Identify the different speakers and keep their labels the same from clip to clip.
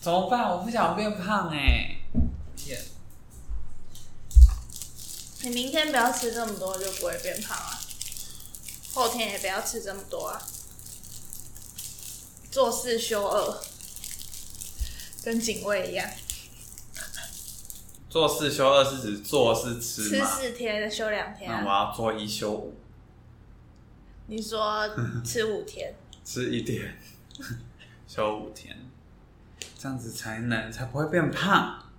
Speaker 1: 怎么办？我不想变胖哎、天，
Speaker 2: 你明天不要吃这么多，就不会变胖啊。后天也不要吃这么多啊。做事休二，跟警卫一样，
Speaker 1: 做四休二是指做是吃
Speaker 2: 吃
Speaker 1: 嘛？
Speaker 2: 四天休两天、
Speaker 1: 那我
Speaker 2: 啊。
Speaker 1: 要做一休五，
Speaker 2: 你说吃五 天，
Speaker 1: 吃一天， 休五天，这样子才能才不会变胖。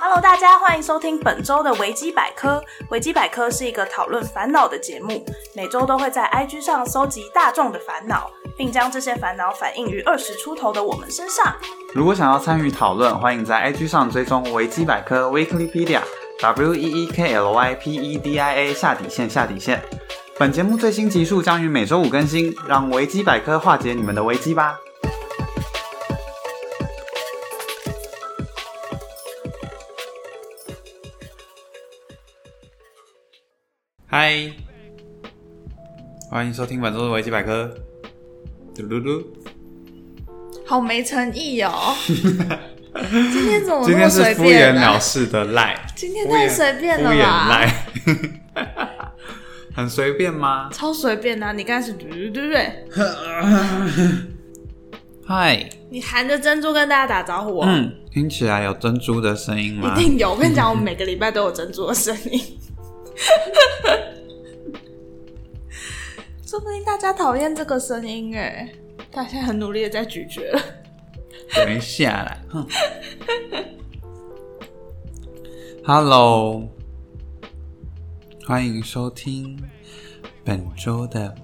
Speaker 3: Hello，大家欢迎收听本周的维基百科。维基百科是一个讨论烦恼的节目，每周都会在 IG 上搜集大众的烦恼，并将这些烦恼反映于二十出头的我们身上。
Speaker 1: 如果想要参与讨论，欢迎在 IG 上追踪维基百科 Wikipedia W E E K L Y P E D I A 下底线下底线。本节目最新集数将于每周五更新，让维基百科化解你们的危机吧。嗨，欢迎收听本周的维基百科。嘟噜噜，
Speaker 2: 好没诚意 哦。今天怎么
Speaker 1: 今
Speaker 2: 那么
Speaker 1: 天是
Speaker 2: 随
Speaker 1: 敷衍
Speaker 2: 便
Speaker 1: 了
Speaker 2: 啊？
Speaker 1: 事的赖。
Speaker 2: 今天太随便了
Speaker 1: 敷衍
Speaker 2: 吧？
Speaker 1: 赖， 很随便吗？
Speaker 2: 超随便的啊、你刚开始对对对，
Speaker 1: 嗨，
Speaker 2: 你含着珍珠跟大家打招呼哦。
Speaker 1: 嗯，听起来有珍珠的声音
Speaker 2: 一
Speaker 1: 吗？
Speaker 2: 定有，我跟你讲，我每个礼拜都有珍珠的声音。 说不定大家讨厌这个声音哎，大家很努力的在咀嚼了。
Speaker 1: 没下来。哼 Hello，欢迎收听本周的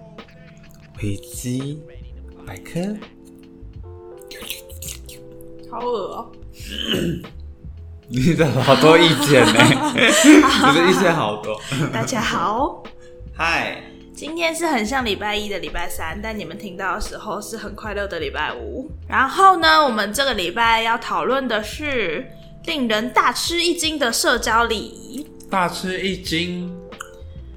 Speaker 1: 维基百科。
Speaker 2: 好恶哦、
Speaker 1: 你的好多意见呢、你的意见好多。
Speaker 2: 大家好，
Speaker 1: 嗨，
Speaker 2: 今天是很像礼拜一的礼拜三，但你们听到的时候是很快乐的礼拜五。然后呢，我们这个礼拜要讨论的是令人大吃一惊的社交礼仪。
Speaker 1: 大吃一惊。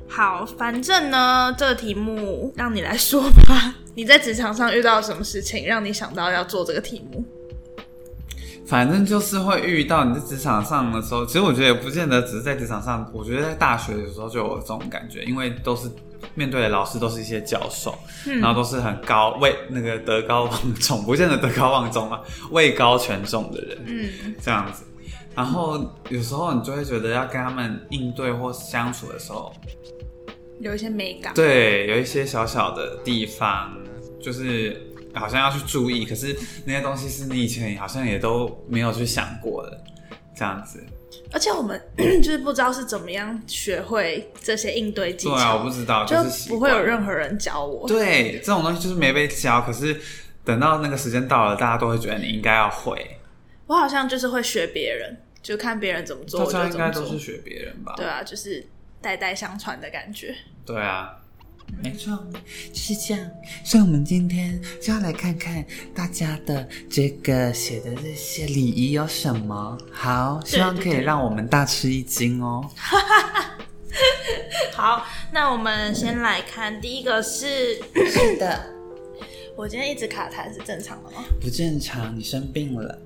Speaker 2: 好，反正呢，这个题目让你来说吧。你在职场上遇到什么事情，让你想到要做这个题目？
Speaker 1: 反正就是会遇到你在职场上的时候，其实我觉得也不见得只是在职场上，我觉得在大学的时候就有这种感觉，因为都是面对的老师都是一些教授，然后都是很高位那个德高望重，不见得德高望重啊，位高权重的人，
Speaker 2: 嗯，
Speaker 1: 这样子。然后有时候你就会觉得要跟他们应对或相处的时候，
Speaker 2: 有一些美感。
Speaker 1: 对，有一些小小的地方，就是好像要去注意，可是那些东西是你以前好像也都没有去想过的，这样子。
Speaker 2: 而且我们就是不知道是怎么样学会这些应对技
Speaker 1: 对
Speaker 2: 巧，
Speaker 1: 啊，我不知道，
Speaker 2: 就是
Speaker 1: 习
Speaker 2: 不会有
Speaker 1: 惯
Speaker 2: 任何人教我。
Speaker 1: 对这种东西就是没被教，可是等到那个时间到了，大家都会觉得你应该要会。
Speaker 2: 我好像就是会学别人，就看别人怎么做，
Speaker 1: 大
Speaker 2: 我
Speaker 1: 家
Speaker 2: 就
Speaker 1: 应
Speaker 2: 怎
Speaker 1: 该
Speaker 2: 么
Speaker 1: 都是
Speaker 2: 做。
Speaker 1: 学别人吧？
Speaker 2: 对啊，就是代代相传的感觉。
Speaker 1: 对啊，没错，就是这样。所以，我们今天就要来看看大家的这个写的这些礼仪有什么好，希望可以让我们大吃一惊哦。
Speaker 2: 好，那我们先来看第一个是，
Speaker 1: 是的，
Speaker 2: 我今天一直卡痰是正常的吗？
Speaker 1: 不正常，你生病了。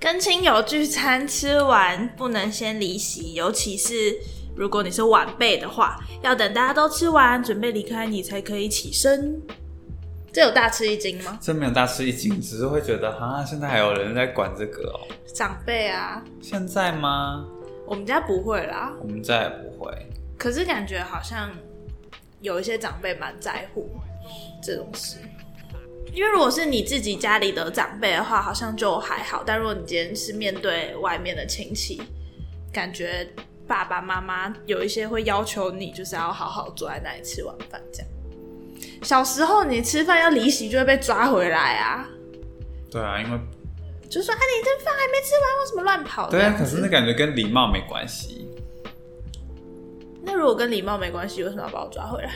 Speaker 2: 跟亲友聚餐吃完不能先离席，尤其是如果你是晚辈的话，要等大家都吃完准备离开，你才可以起身。这有大吃一惊吗？
Speaker 1: 真没有大吃一惊，只是会觉得啊，现在还有人在管这个哦。
Speaker 2: 长辈啊，
Speaker 1: 现在吗？
Speaker 2: 我们家不会啦，
Speaker 1: 我们再也不会。
Speaker 2: 可是感觉好像有一些长辈蛮在乎这种事。因为如果是你自己家里的长辈的话，好像就还好；但如果你今天是面对外面的亲戚，感觉爸爸妈妈有一些会要求你，就是要好好坐在那里吃晚饭这样。小时候你吃饭要离席就会被抓回来啊，
Speaker 1: 对啊，因为
Speaker 2: 就说啊你这饭还没吃完，为什么乱跑？
Speaker 1: 对啊，
Speaker 2: 这
Speaker 1: 可
Speaker 2: 样子
Speaker 1: 是那感觉跟礼貌没关系，
Speaker 2: 那如果跟礼貌没关系，为什么要把我抓回来？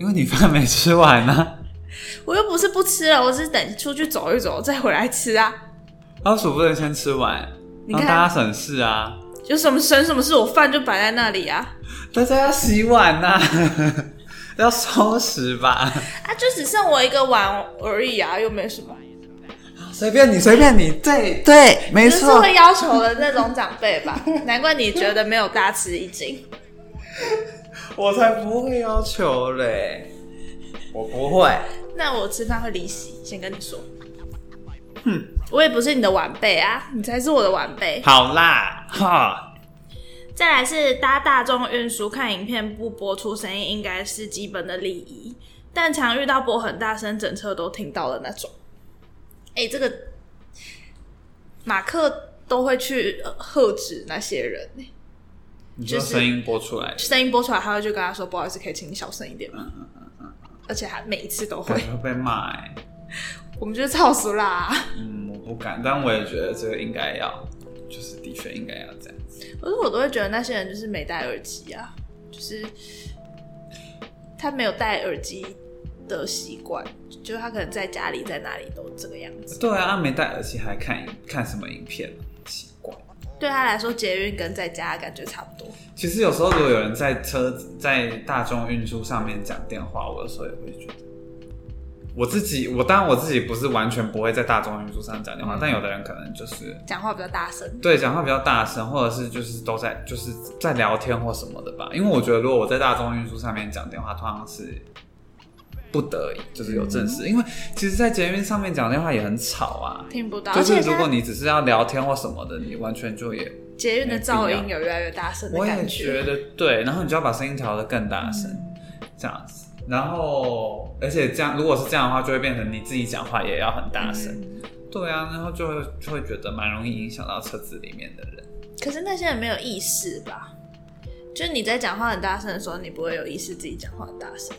Speaker 1: 因为你饭没吃完呢、啊。
Speaker 2: 我又不是不吃了，我只是等出去走一走再回来吃啊。
Speaker 1: 老鼠不能先吃完，
Speaker 2: 你
Speaker 1: 让
Speaker 2: 看
Speaker 1: 大家省事啊。
Speaker 2: 有什么生什么事，我饭就摆在那里啊。
Speaker 1: 大家要洗碗呐、 要收拾吧，
Speaker 2: 啊，就只剩我一个碗而已啊，又没什么。
Speaker 1: 随便你，随便你，对对，没
Speaker 2: 就是
Speaker 1: 错。
Speaker 2: 会要求的那种长辈吧， 难怪你觉得没有大吃一惊。
Speaker 1: 我才不会要求嘞，我不会。
Speaker 2: 那我吃饭会离席，先跟你说。
Speaker 1: 嗯
Speaker 2: 哼，我也不是你的晚辈啊，你才是我的晚辈。
Speaker 1: 好啦，哈，
Speaker 2: 再来是搭大众运输看影片不播出声音，应该是基本的礼仪，但常遇到播很大声，整车都听到的那种。哎、这个马克都会去呃喝止那些人、
Speaker 1: 你说
Speaker 2: 就是
Speaker 1: 声音播出来，
Speaker 2: 声音播出来，他会就跟他说：“不好意思，可以请你小声一点吗？”而且他每一次都
Speaker 1: 感
Speaker 2: 会，
Speaker 1: 觉会被骂哎、
Speaker 2: 我们就是操俗啦。
Speaker 1: 嗯，我不敢，但我也觉得这个应该要，就是的确应该要这样子。
Speaker 2: 可是我都会觉得那些人就是没戴耳机啊，就是他没有戴耳机的习惯，就是他可能在家里在哪里都这个样子。
Speaker 1: 对啊，没戴耳机还看影看什么影片，奇怪。
Speaker 2: 对他来说，捷运跟在家感觉差不多。
Speaker 1: 其实有时候如果有人在车子在大众运输上面讲电话，我有时候也会觉得，我自己我当然我自己不是完全不会在大众运输上讲
Speaker 2: 嗯
Speaker 1: 电话，但有的人可能就是
Speaker 2: 讲话比较大声，
Speaker 1: 对讲话比较大声，或者是就是都在就是在聊天或什么的吧。因为我觉得如果我在大众运输上面讲电话，通常是不得已，就是有正
Speaker 2: 嗯
Speaker 1: 事，因为其实，在捷运上面讲电话也很吵啊。
Speaker 2: 听不到。
Speaker 1: 就
Speaker 2: 而
Speaker 1: 是
Speaker 2: 且
Speaker 1: 如
Speaker 2: 现
Speaker 1: 果
Speaker 2: 在
Speaker 1: 你只是要聊天或什么的，你完全就也
Speaker 2: 捷运的噪
Speaker 1: 没
Speaker 2: 音
Speaker 1: 必
Speaker 2: 有越来越大声的
Speaker 1: 我也
Speaker 2: 感
Speaker 1: 觉嗯得对，然后你就要把声音调得更大声，这样子。然后，而且这样，如果是这样的话，就会变成你自己讲话也要很大声。
Speaker 2: 嗯
Speaker 1: 对啊，然后就会就会觉得蛮容易影响到车子里面的人。
Speaker 2: 可是那些人没有意识吧？就是你在讲话很大声的时候，你不会有意识自己讲话很大声。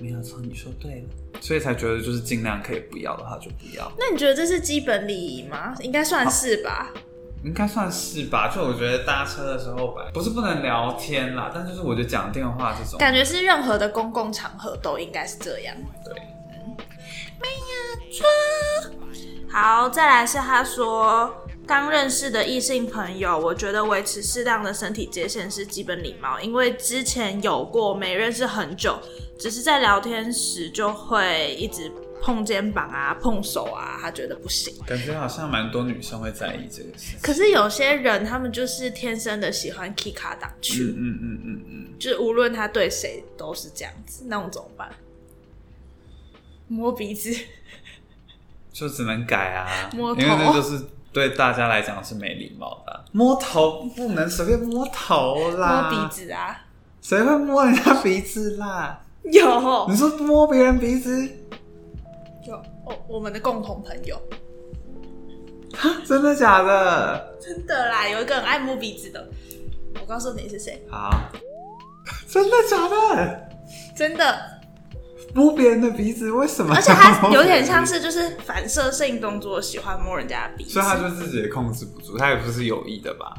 Speaker 1: 没有错，你说对了。所以才觉得就是尽量可以不要的话就不要，
Speaker 2: 那你觉得这是基本礼仪吗？应该算是吧。
Speaker 1: 应该算是吧。就我觉得搭车的时候吧，不是不能聊天啦，但就是我觉得讲电话这种，
Speaker 2: 感觉是任何的公共场合都应该是这样。
Speaker 1: 对，
Speaker 3: 嗯好，再来是他说，刚认识的异性朋友，我觉得维持适当的身体界限是基本礼貌，因为之前有过没认识很久，只是在聊天时就会一直碰肩膀啊、碰手啊，他觉得不行。
Speaker 1: 感觉好像蛮多女生会在意这个事情。
Speaker 2: 可是有些人他们就是天生的喜欢 K 卡挡去，
Speaker 1: 嗯嗯嗯嗯嗯，
Speaker 2: 就是无论他对谁都是这样子，那种怎么办？摸鼻子，
Speaker 1: 就只能改啊，
Speaker 2: 摸头
Speaker 1: 因为那就是对大家来讲是没礼貌的啊、摸头不能随便摸头
Speaker 2: 摸
Speaker 1: 啦，
Speaker 2: 鼻，子啊，
Speaker 1: 谁会摸人家鼻子啦？
Speaker 2: 有
Speaker 1: 你说摸别人鼻子，
Speaker 2: 有哦，我们的共同朋友，
Speaker 1: 真的假的？
Speaker 2: 真的啦，有一个很爱摸鼻子的，我告诉你是谁，
Speaker 1: 好，真的假的？
Speaker 2: 真的，
Speaker 1: 摸别人的鼻子，为什么？
Speaker 2: 而 且他有点像，是就是反射性动作，喜欢摸人家的鼻子
Speaker 1: 所以，他就自己也控制不住，他也不是有意的吧？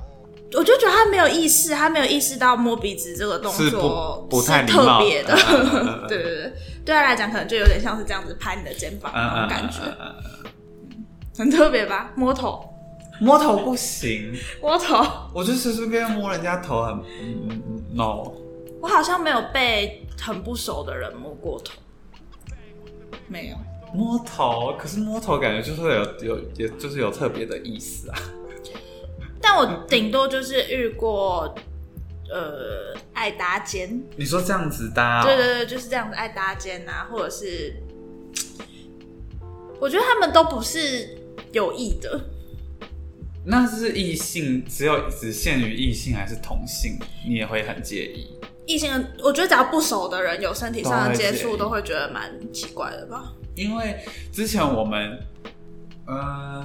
Speaker 2: 我就觉得他没有意识，他没有意识到摸鼻子这个动
Speaker 1: 是
Speaker 2: 作
Speaker 1: 不不太
Speaker 2: 是
Speaker 1: 礼
Speaker 2: 特
Speaker 1: 貌
Speaker 2: 别的
Speaker 1: 嗯嗯嗯嗯，嗯
Speaker 2: 对对对，对他来讲可能就有点像是这样子拍你的肩膀
Speaker 1: 嗯嗯
Speaker 2: 那种感觉，
Speaker 1: 嗯嗯嗯
Speaker 2: 很特别吧？摸头，
Speaker 1: 嗯摸头不行，
Speaker 2: 摸头，
Speaker 1: 我就随随便便摸人家头很，嗯嗯嗯，no。
Speaker 2: 我好像没有被很不熟的人摸过头，没有。
Speaker 1: 摸头，可是摸头感觉就是会有有，也就是有特别的意思啊。
Speaker 2: 但我顶多就是遇过，呃，爱搭肩，
Speaker 1: 你说这样子搭、哦
Speaker 2: 对对对，就是这样子爱搭肩啊，或者是，我觉得他们都不是有意的，
Speaker 1: 那是异性，只有只限于异性还是同性，你也会很介意。
Speaker 2: 异性的，我觉得只要不熟的人有身体上的接触，
Speaker 1: 都
Speaker 2: 都
Speaker 1: 会
Speaker 2: 会觉得蛮奇怪的吧。
Speaker 1: 因为之前我们，呃，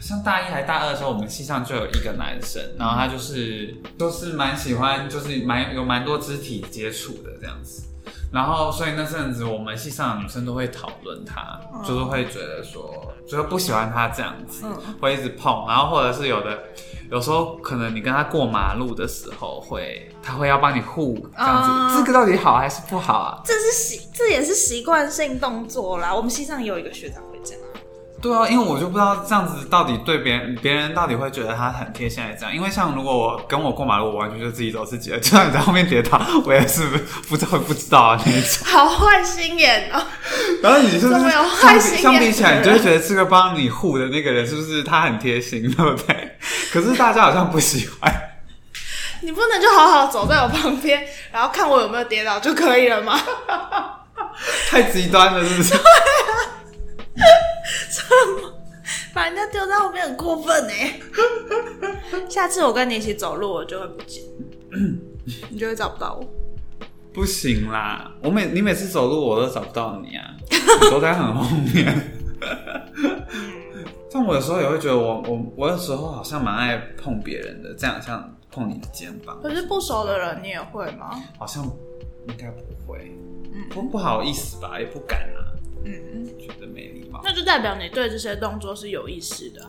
Speaker 1: 像大一还大二的时候，我们系上就有一个男生，然后他就是就是蛮喜欢，就是蛮有蛮多肢体接触的这样子。然后，所以那阵子我们系上的女生都会讨论他，就是会觉得说，就是不喜欢他这样子，
Speaker 2: 嗯
Speaker 1: 会一直碰，然后或者是有的，有时候可能你跟他过马路的时候会，他会要帮你护这样子，
Speaker 2: 啊
Speaker 1: 这个到底好还是不好啊？
Speaker 2: 这是习，这也是习惯性动作啦。我们系上有一个学长会这样，
Speaker 1: 对啊，因为我就不知道这样子到底对别人，别人到底会觉得他很贴心还是这样。因为像如果我跟我过马路，我完全就自己走自己的，就算你在后面跌倒， 我也是不知道不知道啊那一种。
Speaker 2: 好坏心眼哦。
Speaker 1: 然后你是不
Speaker 2: 怎
Speaker 1: 是
Speaker 2: 么有
Speaker 1: 相
Speaker 2: 坏
Speaker 1: 比
Speaker 2: 心眼
Speaker 1: 相比起来，你就会觉得这个帮你护的那个人是不是他很贴心，对不对？可是大家好像不喜欢。
Speaker 2: 你不能就好好走在我旁边，然后看我有没有跌倒就可以了吗？
Speaker 1: 太极端了，是不是？
Speaker 2: 把人家丢在后面很过分哎、 下次我跟你一起走路，我就会不见， 你就会找不到我。
Speaker 1: 不行啦！我每你每次走路我都找不到你啊， 你都在很后面。
Speaker 2: 嗯
Speaker 1: 但我有时候也会觉得我我我有时候好像蛮爱碰别人的，这样像碰你的肩膀，
Speaker 2: 可是不熟的人你也会吗？
Speaker 1: 好像应该不会，不不好意思吧，也不敢啊，
Speaker 2: 嗯，
Speaker 1: 觉得没礼貌。
Speaker 2: 那就代表你对这些动作是有意识的啊、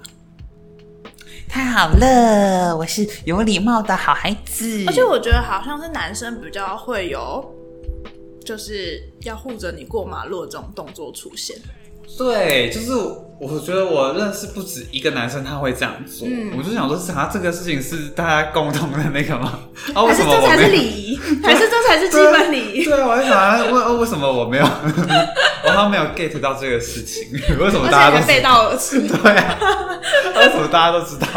Speaker 4: 太好了，我是有礼貌的好孩子。
Speaker 2: 而且我觉得好像是男生比较会有，就是要护着你过马路的这种动作出现。
Speaker 1: 对，就是我觉得我认识不止一个男生他会这样做，
Speaker 2: 嗯
Speaker 1: 我就想说，啊，这个事情是大家共同的那个吗？啊，为
Speaker 2: 还
Speaker 1: 什
Speaker 2: 是
Speaker 1: 么
Speaker 2: 这
Speaker 1: 我
Speaker 2: 才
Speaker 1: 没
Speaker 2: 是
Speaker 1: 有？
Speaker 2: 礼仪，还是这才是基本礼 仪。
Speaker 1: 对啊，我在想，为为什么我没有， 我好像没有 get 到这个事情，为什么
Speaker 2: 而且
Speaker 1: 大家
Speaker 2: 还
Speaker 1: 都知
Speaker 2: 背
Speaker 1: 道？
Speaker 2: 道而驰，
Speaker 1: 对啊，为什么大家都知道？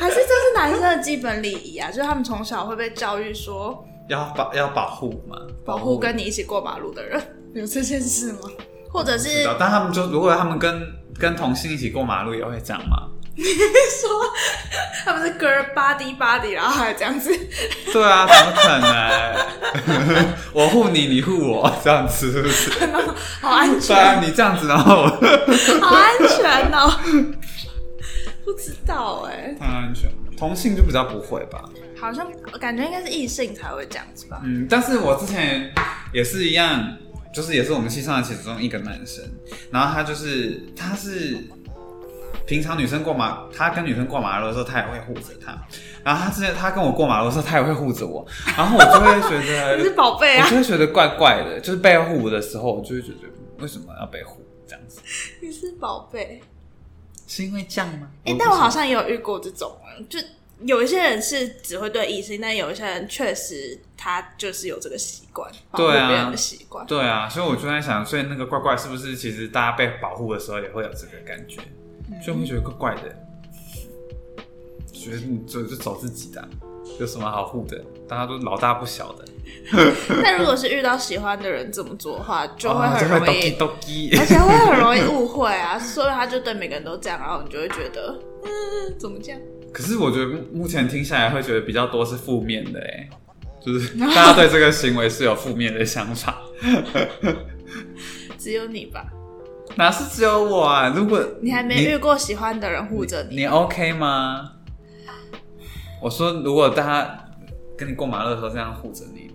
Speaker 2: 还是这是男生的基本礼仪啊？就是他们从小会被教育说，
Speaker 1: 要保要保护嘛，
Speaker 2: 保护跟你一起过马路的人， 有这件事吗？或者是
Speaker 1: 知道，但他们就如果他们跟跟同性一起过马路也会这样吗？
Speaker 2: 说他们是 girl body body，然后还 这样子，
Speaker 1: 对啊，怎么可能？ 我护你，你护我，这样子是不是？
Speaker 2: 好 安
Speaker 1: 对
Speaker 2: 全，
Speaker 1: 啊，你这样子，然后我
Speaker 2: 好安全哦。不知道哎、
Speaker 1: 太安全了。同嗯性就比较不会吧？
Speaker 2: 好像感觉应该是异性才会这样子吧。
Speaker 1: 嗯，但是我之前也是一样，就是也是我们系上的其中一个男生，然后他就是他是平常女生过马，他跟女生过马路的时候，他也会护着她，然后他之前他跟我过马路的时候，他也会护着我，然后我就会觉
Speaker 2: 你是
Speaker 1: 得，
Speaker 2: 宝贝
Speaker 1: 呃我
Speaker 2: 啊，
Speaker 1: 就会觉得怪怪的，就是被护的时候，我就会觉得为什么要被护这样子？
Speaker 2: 你是宝贝。
Speaker 1: 是因为这样吗？
Speaker 2: 哎、
Speaker 1: 不
Speaker 2: 但我好
Speaker 1: 知道
Speaker 2: 像也有遇过这种人，就有一些人是只会对异性，但有一些人确实他就是有这个习惯，保护
Speaker 1: 对啊
Speaker 2: 别人的习惯。
Speaker 1: 对啊，所以我就在想，所以那个怪怪是不是其实大家被保护的时候也会有这个感觉，
Speaker 2: 嗯
Speaker 1: 就会觉得怪怪的，觉得你就就走自己的啊、有什么好护的？大家都老大不小的，
Speaker 2: 但如果是遇到喜欢的人这么做的话，就会
Speaker 1: 哦
Speaker 2: 很
Speaker 1: 就会
Speaker 2: 容
Speaker 1: 抖
Speaker 2: 易
Speaker 1: 机抖机。
Speaker 2: 而且会很容易误会啊，所以他就对每个人都这样，然后你就会觉得，嗯，怎么这样？
Speaker 1: 可是我觉得目目前听下来会觉得比较多是负面的、欸，就是大家对这个行为是有负面的想法。
Speaker 2: 只有你吧，
Speaker 1: 哪是只有我啊？如果
Speaker 2: 你还没遇过喜欢的人护着你，
Speaker 1: 你 OK 吗？我说，如果大家跟你过马路的时候这样护着你，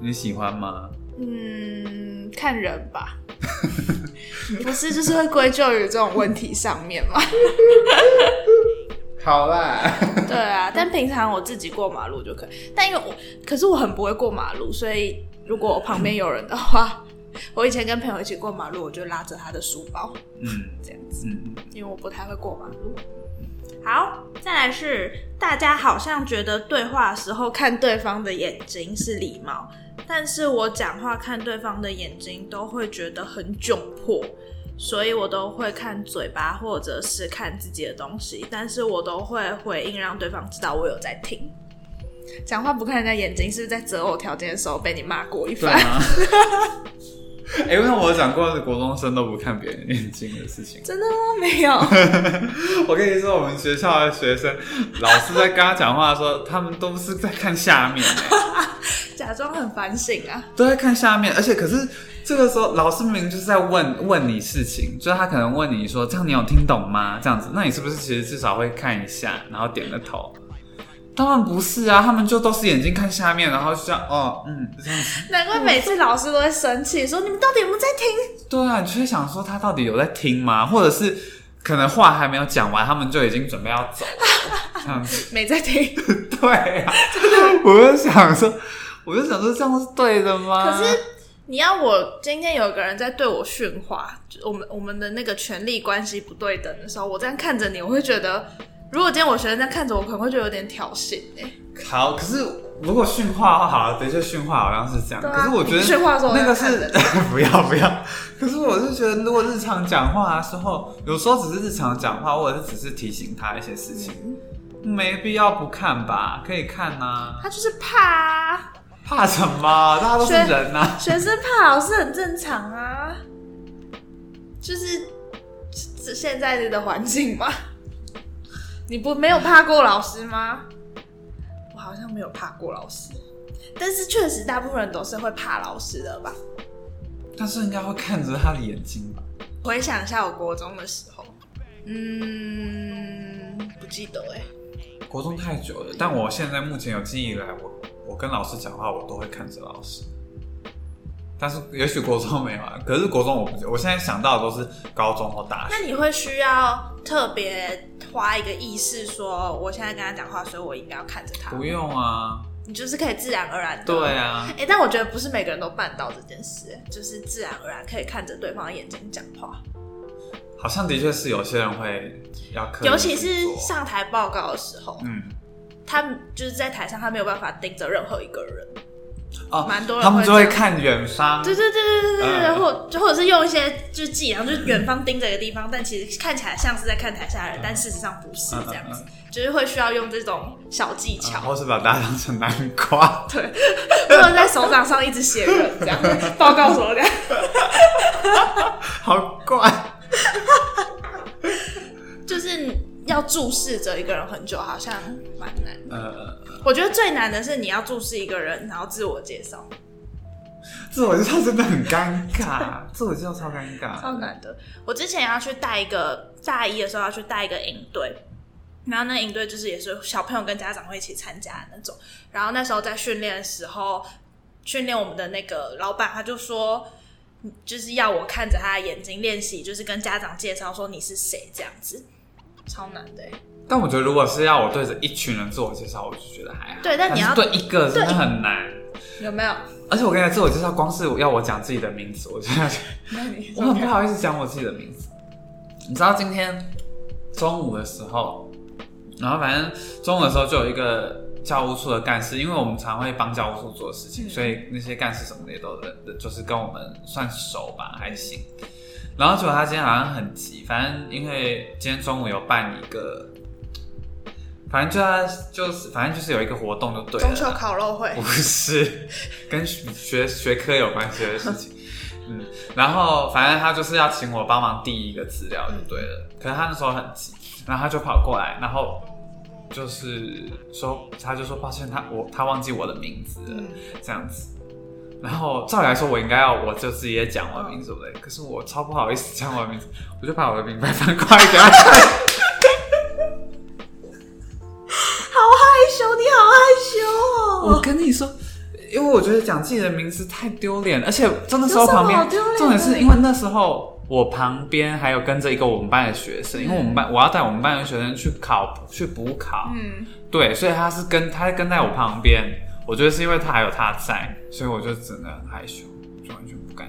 Speaker 1: 你喜欢吗？
Speaker 2: 嗯，看人吧， 不是就是会归咎于这种问题上面嘛？
Speaker 1: 好啦，
Speaker 2: 对啊，但平常我自己过马路就可以，但因为我，可是我很不会过马路，所以如果我旁边有人的话， 我以前跟朋友一起过马路，我就拉着他的书包
Speaker 1: 嗯
Speaker 2: 这样子。
Speaker 1: 嗯，
Speaker 2: 因为我不太会过马路。好，再来是大家好像觉得对话的时候看对方的眼睛是礼貌，但是我讲话看对方的眼睛都会觉得很窘迫，所以我都会看嘴巴或者是看自己的东西，但是我都会回应让对方知道我有在听。讲话不看人家眼睛，是不是在择偶条件的时候被你骂过一
Speaker 1: 对
Speaker 2: 番？
Speaker 1: 啊。哎、为什么我讲过的国中生都不看别人眼睛的事情？
Speaker 2: 真的吗？没有。
Speaker 1: 我跟你说，我们学校的学生，老师在跟他讲话的时候，他们都是在看下面、欸，
Speaker 2: 假装很反省啊。
Speaker 1: 都在看下面，而且可是这个时候老师明明就是在问问你事情，就是他可能问你说这样你有听懂吗？这样子，那你是不是其实至少会看一下，然后点个头？他们不是啊，他们就都是眼睛看下面，然后就这样哦，嗯，就这样子。
Speaker 2: 难怪每次老师都会生气，说你们到底有没有在听？
Speaker 1: 对啊，你就会想说他到底有在听吗？或者是可能话还没有讲完，他们就已经准备要走了，这样子。
Speaker 2: 没在听。
Speaker 1: 对啊，我就想说，我就想说这样是对的吗？
Speaker 2: 可是你要我今天有个人在对我训话，就我们我们的那个权力关系不对等的时候，我这样看着你，我会觉得，如果今天我学生在看着我，可能会觉得有点挑衅哎、
Speaker 1: 好，可是如果训话的话，好了，的确训话好像是这样。
Speaker 2: 对啊
Speaker 1: 可是我觉得
Speaker 2: 你训话的时候
Speaker 1: 那个
Speaker 2: 我
Speaker 1: 是
Speaker 2: 在
Speaker 1: 不要不要。可是我是觉得，如果日常讲话的时候，有时候只是日常讲话，或者是只是提醒他一些事情，
Speaker 2: 嗯
Speaker 1: 没必要不看吧？可以看呐、
Speaker 2: 他就是怕啊，
Speaker 1: 怕什么？大家都是
Speaker 2: 学
Speaker 1: 人啊呐、
Speaker 2: 学生怕老师很正常啊，就是这现在的环境嘛。你不没有怕过老师吗？我好像没有怕过老师，但是确实大部分人都是会怕老师的吧。
Speaker 1: 但是应该会看着他的眼睛吧？
Speaker 2: 回想一下我国中的时候，嗯，不记得哎、
Speaker 1: 国中太久了，但我现在目前有记忆以来，我我跟老师讲话，我都会看着老师。但是也许国中没有啊，可 是国中我不，我现在想到的都是高中或大学。
Speaker 2: 那你会需要特别花一个意识说，我现在跟他讲话，所以我应该要看着他。
Speaker 1: 不用啊，
Speaker 2: 你就是可以自然而然的。
Speaker 1: 对啊，
Speaker 2: 哎、但我觉得不是每个人都办到这件事、欸就是自然而然可以看着对方的眼睛讲话，
Speaker 1: 好像的确是有些人会要刻意去做，
Speaker 2: 尤其是上台报告的时候，
Speaker 1: 嗯
Speaker 2: 他们就是在台上，他没有办法盯着任何一个人。
Speaker 1: 哦，
Speaker 2: 蛮多人
Speaker 1: 他们就会
Speaker 2: 会这样
Speaker 1: 看远方，
Speaker 2: 对对对对对对对，
Speaker 1: 嗯
Speaker 2: 或就或者是用一些就是伎俩，就是远方盯着一个地方，但其实看起来像是在看台下的
Speaker 1: 嗯
Speaker 2: 人，但事实上不是这样子，就是会需要用这种小技
Speaker 1: 然
Speaker 2: 巧，
Speaker 1: 啊后是把大家当成南瓜， 嗯
Speaker 2: 或者在手掌上一直写人这样， 报告什 么的。
Speaker 1: 好怪。
Speaker 2: 就是要注视着一个人很久，好像蛮难。
Speaker 1: 呃，
Speaker 2: 我觉得最难的是你要注视一个人，然后自我介绍，
Speaker 1: 自我介绍真的很尴尬，自我介绍超尴尬。
Speaker 2: 超难的。我之前啊要去带一个大一的时候啊要去带一个营队，然后那营队就是也是小朋友跟家长会一起参加的那种。然后那时候在训练的时候，训练我们的那个老板他就说。就是要我看着他的眼睛练习，就是跟家长介绍说你是谁这样子，超难的欸、
Speaker 1: 但我觉得如果是要我对着一群人自我介绍，我就觉得还好。
Speaker 2: 对但你要
Speaker 1: 是对一个真的很难。
Speaker 2: 有没有？
Speaker 1: 而且我跟你讲，自我介绍光是要我讲自己的名字，我觉得
Speaker 2: 那你
Speaker 1: 我很不好意思讲我自己的名字。你知道今天中午的时候，然后反正中午的时候就有一个教务处的干事，因为我们常会帮教务处做事情，
Speaker 2: 嗯
Speaker 1: 所以那些干事什么的也都认得，就是跟我们算熟吧，还行。然后结果他今天好像很急，反正因为今天中午有办一个，反正就他就是反正就是有一个活动就对了啦。
Speaker 2: 中秋烤 肉会
Speaker 1: 不是，跟学学科有关系的事情。嗯，然后反正他就是要请我帮忙递一个资料就对了。可是他那时候很急，然后他就跑过来，然后就是说，他就说抱歉，他我他忘记我的名字了，
Speaker 2: 嗯
Speaker 1: 这样子。然后照理来说，我应该要我就直接讲我的名字对不对？可是我超不好意思讲我的名字，我就把我的名牌翻过来给他看。
Speaker 2: 好害羞，你好害 羞哦！
Speaker 1: 我跟你说，因为我觉得讲自己的名字太丢脸，而且真的时
Speaker 2: 有
Speaker 1: 候
Speaker 2: 什么
Speaker 1: 旁
Speaker 2: 好
Speaker 1: 边
Speaker 2: 丢脸，的
Speaker 1: 重点是因为那时候我旁边还有跟着一个我们班的学生，因为我们班我要带我们班的学生去考去补考，
Speaker 2: 嗯，
Speaker 1: 对，所以他是跟他跟在我旁边，我觉得是因为他还有他在，所以我就真的很害羞，就完全不敢。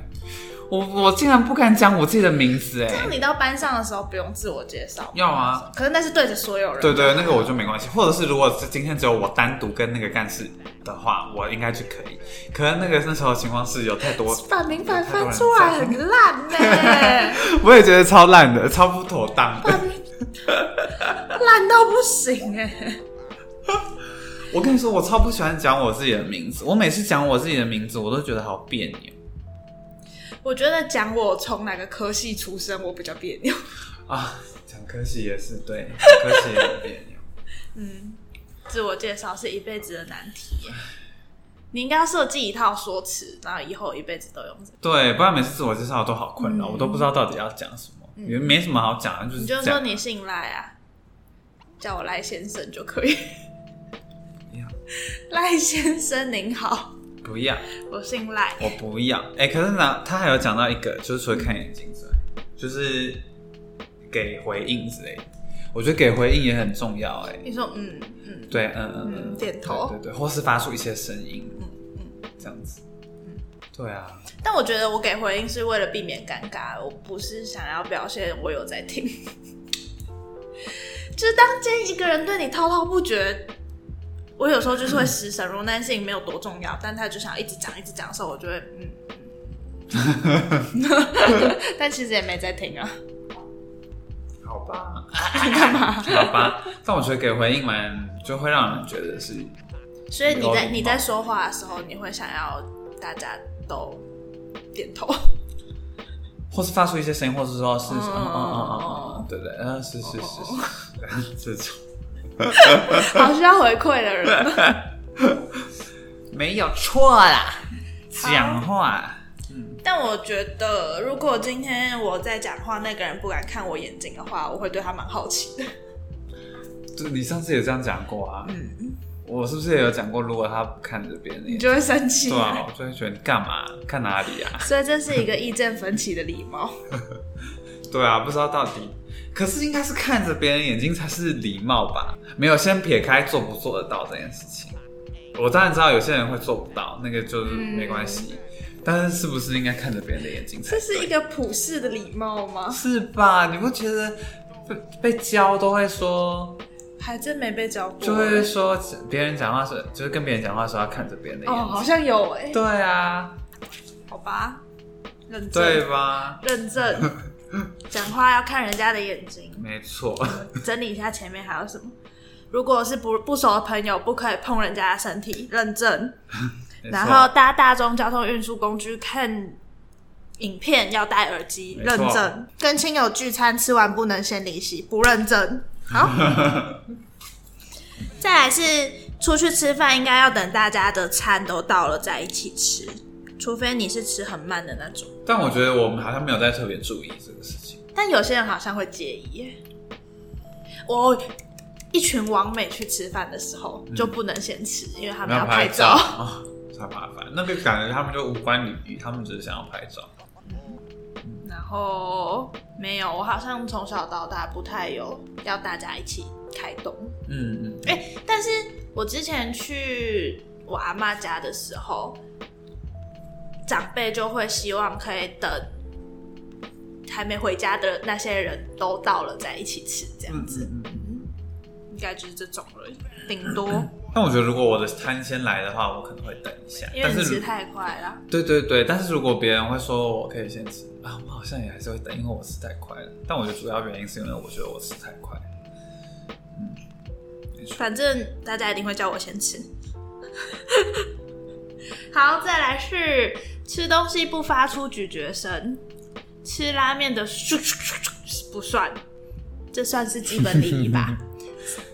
Speaker 1: 我我竟然不敢讲我自己的名字哎、
Speaker 2: 这样你到班上的时候不用自我介绍，
Speaker 1: 要啊，
Speaker 2: 可是那是对着所有人。
Speaker 1: 对对，那个我就没关系。或者是如果是今天只有我单独跟那个干事的话，我应该就可以。可能那个那时候情况是有太多，
Speaker 2: 把名牌翻出来很烂呢、欸，
Speaker 1: 我也觉得超烂的，超不妥当的。
Speaker 2: 烂到不行哎、欸！
Speaker 1: 我跟你说，我超不喜欢讲我自己的名字。我每次讲我自己的名字，我都觉得好别扭
Speaker 2: 我觉得讲我从哪个科系出身，我比较别扭。
Speaker 1: 啊。讲科系也是对，讲科系也很别扭。
Speaker 2: 嗯，自我介绍是一辈子的难题耶、你应该要设计一套说辞，然后以后一辈子都用这个。
Speaker 1: 对，不然每次自我介绍都好困扰，我都不知道到底要讲什么，也没什么好讲，就是
Speaker 2: 嗯你就
Speaker 1: 这
Speaker 2: 说
Speaker 1: 样
Speaker 2: 你姓赖啊，叫我赖先生就可以
Speaker 1: 不要。
Speaker 2: 赖先生您好，
Speaker 1: 不要，
Speaker 2: 我姓赖。
Speaker 1: 我不要。哎、可是呢，他还有讲到一个，就是除了看眼睛之外，就是给回应之类的。我觉得给回应也很重要、哎，
Speaker 2: 你说嗯嗯，
Speaker 1: 对，嗯嗯
Speaker 2: 嗯点头
Speaker 1: 对对对，或是发出一些声音，
Speaker 2: 嗯
Speaker 1: 嗯，这样子，嗯，对。对啊，
Speaker 2: 但我觉得我给回应是为了避免尴尬，我不是想要表现我有在听。 就是当今天一个人对你滔滔不绝，我有时候就是会失神入，那件事情没有多重要，但他就想一直讲一直讲的时候，我就会嗯， 嗯但其实也没在听啊。
Speaker 1: 好吧，干 嘛？好吧，但我觉得给回应蛮就会让人觉得是
Speaker 2: 所以你
Speaker 1: 有礼
Speaker 2: 在
Speaker 1: 貌
Speaker 2: 你在说话的时候，你会想要大家都点头。
Speaker 1: 或是发出一些声音，或是说是，嗯
Speaker 2: 嗯
Speaker 1: 嗯嗯嗯嗯嗯，对对，嗯，是是是是，这种
Speaker 2: 好需要回馈的人。
Speaker 1: 没有错啦，讲话，
Speaker 2: 但我觉得，如果今天我在讲话，那个人不敢看我眼睛的话，我会对他蛮好奇的。
Speaker 1: 就你上次也这样讲过啊，
Speaker 2: 嗯，
Speaker 1: 我是不是也有讲过，如果他不看着别人的
Speaker 2: 你
Speaker 1: 眼睛，
Speaker 2: 就会生气。
Speaker 1: 对啊，我就会觉得你干嘛看哪里啊？
Speaker 2: 所以这是一个意见分歧的礼貌。
Speaker 1: 对啊，不知道到底，可是应该是看着别人眼睛才是礼貌吧？没有，先撇开做不做得到这件事情。我当然知道有些人会做不到，那个就是没关系。但是是不是应该看着别人的眼睛才
Speaker 2: 这
Speaker 1: 对？
Speaker 2: 是一个普世的礼貌吗？
Speaker 1: 是吧？你不觉得被被教都会说，
Speaker 2: 还真没被教过。哦
Speaker 1: 就会说别人讲话是，就是跟别人讲话的时候要看着别人的眼
Speaker 2: 哦，
Speaker 1: 睛。
Speaker 2: 好像有哎、
Speaker 1: 对啊，
Speaker 2: 好吧，认
Speaker 1: 对
Speaker 2: 真，
Speaker 1: 吧？
Speaker 2: 认真，讲话要看人家的眼睛。
Speaker 1: 没错，
Speaker 2: 整理一下前面还有什么。如果是不不熟的朋友，不可以碰人家的身体，认证。
Speaker 1: 没错
Speaker 2: 然后搭大众交通运输工具看影片要戴耳机，
Speaker 1: 没错
Speaker 2: 认证。跟亲友聚餐吃完不能先离席，不认 真。好，再来是出去吃饭，应该要等大家的餐都到了再一起吃，除非你是吃很慢的那种。
Speaker 1: 但我觉得我们好像没有在特别注意这个事情。
Speaker 2: 但有些人好像会介意耶。我一群网美去吃饭的时候、就不能先吃，因为他们要拍照。
Speaker 1: 啊，太麻烦。那个感觉他们就无关礼仪，他们只是想要拍照。
Speaker 2: 然后没有，我好像从小到大不太有要大家一起开动。
Speaker 1: 嗯嗯，
Speaker 2: 哎、但是我之前去我阿妈家的时候，长辈就会希望可以等还没回家的那些人都到了再一起吃，这样子、
Speaker 1: 嗯嗯。
Speaker 2: 应该就是这种了，顶多。
Speaker 1: 但我觉得如果我的餐先来的话，我可能会等一下。
Speaker 2: 因为
Speaker 1: 但
Speaker 2: 你
Speaker 1: 是
Speaker 2: 吃
Speaker 1: 如
Speaker 2: 太快了。
Speaker 1: 对对对，但是如果别人会说我可以先吃啊，我好像也还是会等，因为我吃太快了。但我觉得主要原因是因为我觉得我吃太快。
Speaker 2: 反正大家一定会叫我先吃。 好，再来是吃东西不发出咀嚼声，吃拉面的咻咻咻咻不算，这算是基本礼仪 吧。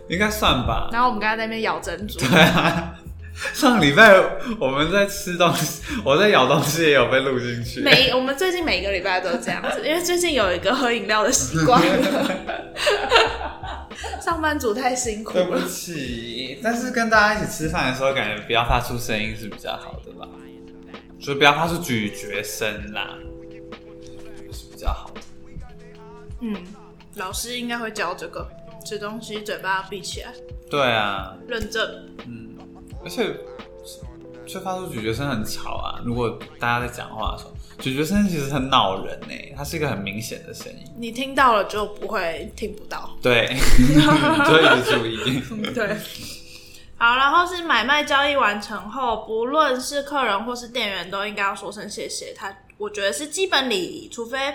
Speaker 1: 应该算吧。
Speaker 2: 然后我们刚才在那边咬珍珠，
Speaker 1: 对啊，上礼拜我们在吃东西，我在咬东西也有被录进去。
Speaker 2: 每我们最近每个礼拜都这样子，因为最近有一个喝饮料的习 惯了。上班族太辛苦
Speaker 1: 对不
Speaker 2: 了，
Speaker 1: 起，但是跟大家一起吃饭的时候，感觉不要发出声音是比较好的吧，就不要发出咀嚼声啦，是比较好的。
Speaker 2: 嗯，老师应该会教这个，吃东西嘴巴要闭起来，
Speaker 1: 对啊，
Speaker 2: 认证。
Speaker 1: 嗯，而且却发出咀嚼声很吵啊。如果大家在讲话的时候，咀嚼声其实很恼人呢、它是一个很明显的声音。
Speaker 2: 你听到了就不会听不到。
Speaker 1: 对， 就一直注意。
Speaker 2: 对。好，然后是买卖交易完成后，不论是客人或是店员，都应该要说声谢谢。他我觉得是基本礼仪，除非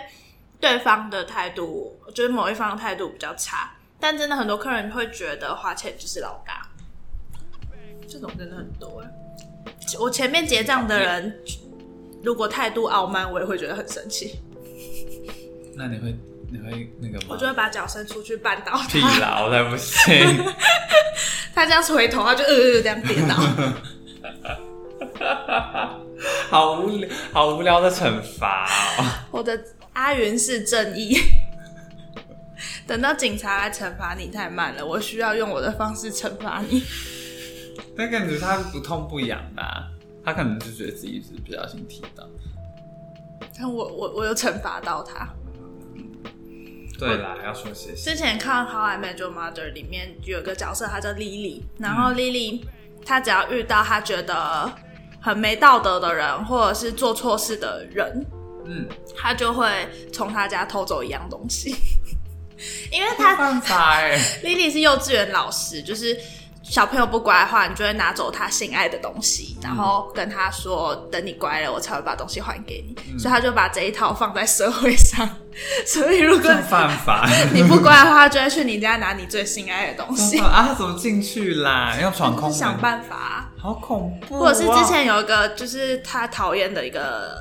Speaker 2: 对方的态度，就是某一方的态度比较差。但真的很多客人会觉得花钱就是老大，这种真的很多哎、我前面结账的人，如果态度傲慢，我也会觉得很生气，
Speaker 1: 那你会你会那个
Speaker 2: 我
Speaker 1: 吗
Speaker 2: 就？会把脚伸出去绊倒他。
Speaker 1: 屁 啦，我才不信。
Speaker 2: 他这样回头，他就呃呃这样跌倒。
Speaker 1: 好无聊，好无聊的惩罚哦！
Speaker 2: 我的阿云是正义。 等到警察来惩罚你太慢了，我需要用我的方式惩罚你。
Speaker 1: 但感觉他不痛不痒的、啊，他可能就觉得自己是不小心踢到。
Speaker 2: 但我我我有惩罚到他。
Speaker 1: 对啦，要说谢谢。
Speaker 2: 之前看《How I Met Your Mother》里面有一个角色，她叫 Lily，然后 Lily、她只要遇到她觉得很没道德的人，或者是做错事的人，
Speaker 1: 嗯，
Speaker 2: 他就会从他家偷走一样东西， 因为
Speaker 1: 没
Speaker 2: 他
Speaker 1: 办法哎、
Speaker 2: Lily 是幼稚园老师，就是小朋友不乖的话，你就会拿走他心爱的东西，然
Speaker 1: 嗯
Speaker 2: 后跟他说：“等你乖了，我才会把东西还给你。
Speaker 1: 嗯
Speaker 2: 所以他就把这一套放在社会上。 所以如
Speaker 1: 这
Speaker 2: 果
Speaker 1: 样犯法。
Speaker 2: 你不乖的话，他就会去你家拿你最心爱的东
Speaker 1: 这
Speaker 2: 西
Speaker 1: 样，犯 啊，他怎么进去啦？要闯空哎
Speaker 2: 就是想
Speaker 1: 门，
Speaker 2: 办法啊、
Speaker 1: 好恐怖、
Speaker 2: 或者是之，前有一个，就是他讨厌的一个。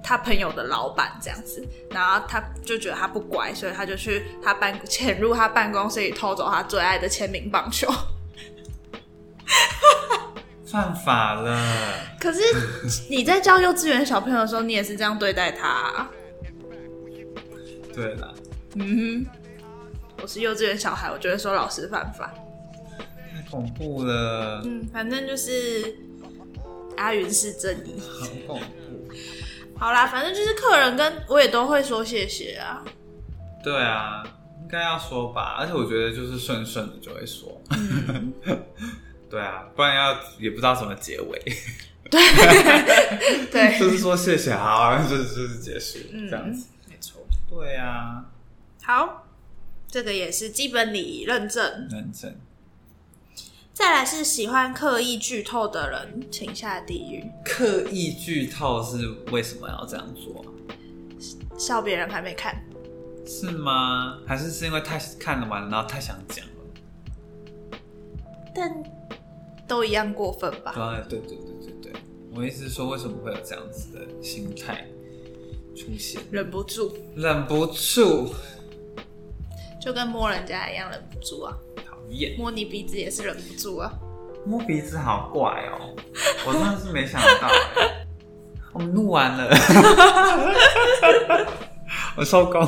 Speaker 2: 他朋友的老板这样子，然后他就觉得他不乖，所以他就去他办潜入他办公室里偷走他最爱的签名棒球。
Speaker 1: 犯法了。
Speaker 2: 可是你在教幼稚园小朋友的时候，你也是这样对待他、啊
Speaker 1: 对啦，
Speaker 2: 嗯哼，我是幼稚园小孩，我就会说老师犯法。
Speaker 1: 太恐怖了，
Speaker 2: 嗯，反正就是阿云是正义。
Speaker 1: 好恐怖。
Speaker 2: 好啦，反正就是客人跟我也都会说谢谢啊。
Speaker 1: 对啊，应该要说吧，而且我觉得就是顺顺的就会说。 对啊，不然要也不知道怎么结尾，
Speaker 2: 对， 嗯
Speaker 1: 就是说谢谢，好，就是就是结束这样子。
Speaker 2: 没错。
Speaker 1: 对啊，
Speaker 2: 好，这个也是基本礼仪认证。
Speaker 1: 认真。
Speaker 2: 再来是喜欢刻意剧透的人，请下地狱。
Speaker 1: 刻意剧透是为什么要这样做？
Speaker 2: 笑别人还没看，
Speaker 1: 是吗？还是是因为太看了完了，然后太想讲了？
Speaker 2: 但都一样过分吧？
Speaker 1: 啊，对对对对对，我意思是说，为什么会有这样子的心态出现？
Speaker 2: 忍不住。
Speaker 1: 忍不住，
Speaker 2: 就跟摸人家一样忍不住啊，
Speaker 1: 讨厌，
Speaker 2: 摸你鼻子也是忍不住啊。
Speaker 1: 摸鼻子好怪哦、 我真的是没想到欸、 我们录完了， 我收工，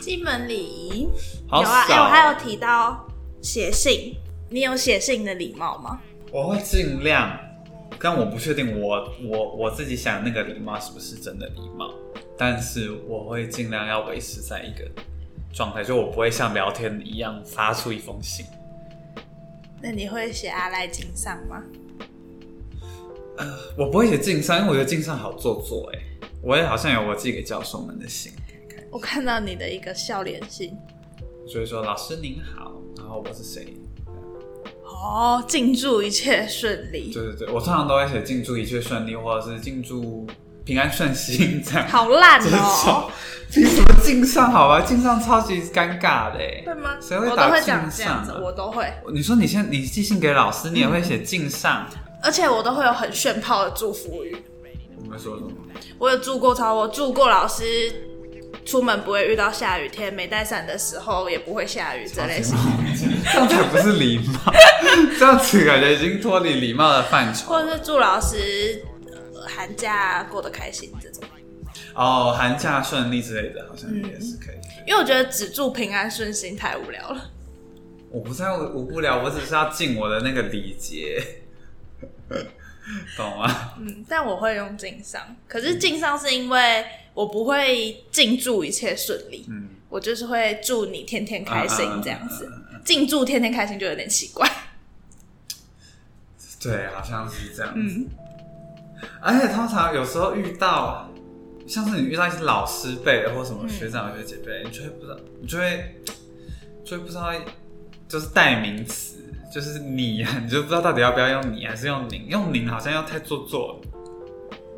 Speaker 2: 基本礼仪 有
Speaker 1: 好
Speaker 2: 啊，哎、
Speaker 1: 少哦、
Speaker 2: 我还有提到写信，你有写信的礼貌吗？
Speaker 1: 我会尽量，但我不确定我我我自己想那个礼貌是不是真的礼貌，但是我会尽量要维持在一个状态，就我不会像聊天一样发出一封信。
Speaker 2: 那你会写阿赖经上吗？
Speaker 1: 我不会写敬上，因为我觉得敬上好做作哎、我也好像有我寄给教授们的信，
Speaker 2: 我看到你的一个笑脸信，
Speaker 1: 就会说老师您好，然后我是谁？
Speaker 2: 哦，敬祝一切顺利，
Speaker 1: 对对对，我通常都会写敬祝一切顺利，或者是敬祝平安顺心这样。
Speaker 2: 好烂
Speaker 1: 这
Speaker 2: 哦、
Speaker 1: 种，凭什么敬上？好吧，敬上超级尴尬的哎、
Speaker 2: 会吗？
Speaker 1: 谁会
Speaker 2: 我
Speaker 1: 打
Speaker 2: 都会
Speaker 1: 敬
Speaker 2: 讲这样子，
Speaker 1: 上啊
Speaker 2: 我嗯都会，
Speaker 1: 你说你现在你寄信给老师，你也会写敬上？
Speaker 2: 而且我都会有很炫炮的祝福语。
Speaker 1: 你们说什么？
Speaker 2: 我有住过超，我住过老师出门不会遇到下雨天，没带伞的时候也不会下雨这类型，
Speaker 1: 这样才不是礼 貌，这样子感觉已经脱离礼貌的范畴。
Speaker 2: 或者是祝老师、呃寒假过得开心这种。
Speaker 1: 哦，寒假顺利之类的，好像也是可以。
Speaker 2: 因为我觉得只祝平安顺心太无聊了。嗯
Speaker 1: 我不在乎无不了，我只是要尽我的那个礼节， 懂吗？
Speaker 2: 嗯，但我会用敬上，可是敬上是因为我不会敬祝一切顺利，
Speaker 1: 嗯，
Speaker 2: 我就是会祝你天天开心
Speaker 1: 啊啊啊啊啊
Speaker 2: 这样子。敬祝天天开心就有点奇怪。
Speaker 1: 对，好像是这样子。
Speaker 2: 嗯，
Speaker 1: 而且通常有时候遇到，啊像是你遇到一些老师辈的或什么学长学姐辈，你就会不知道，你就会就会不知道，就是代名词，就是你啊，你就不知道到底要不要用你还是用您，用您好像又太做作了，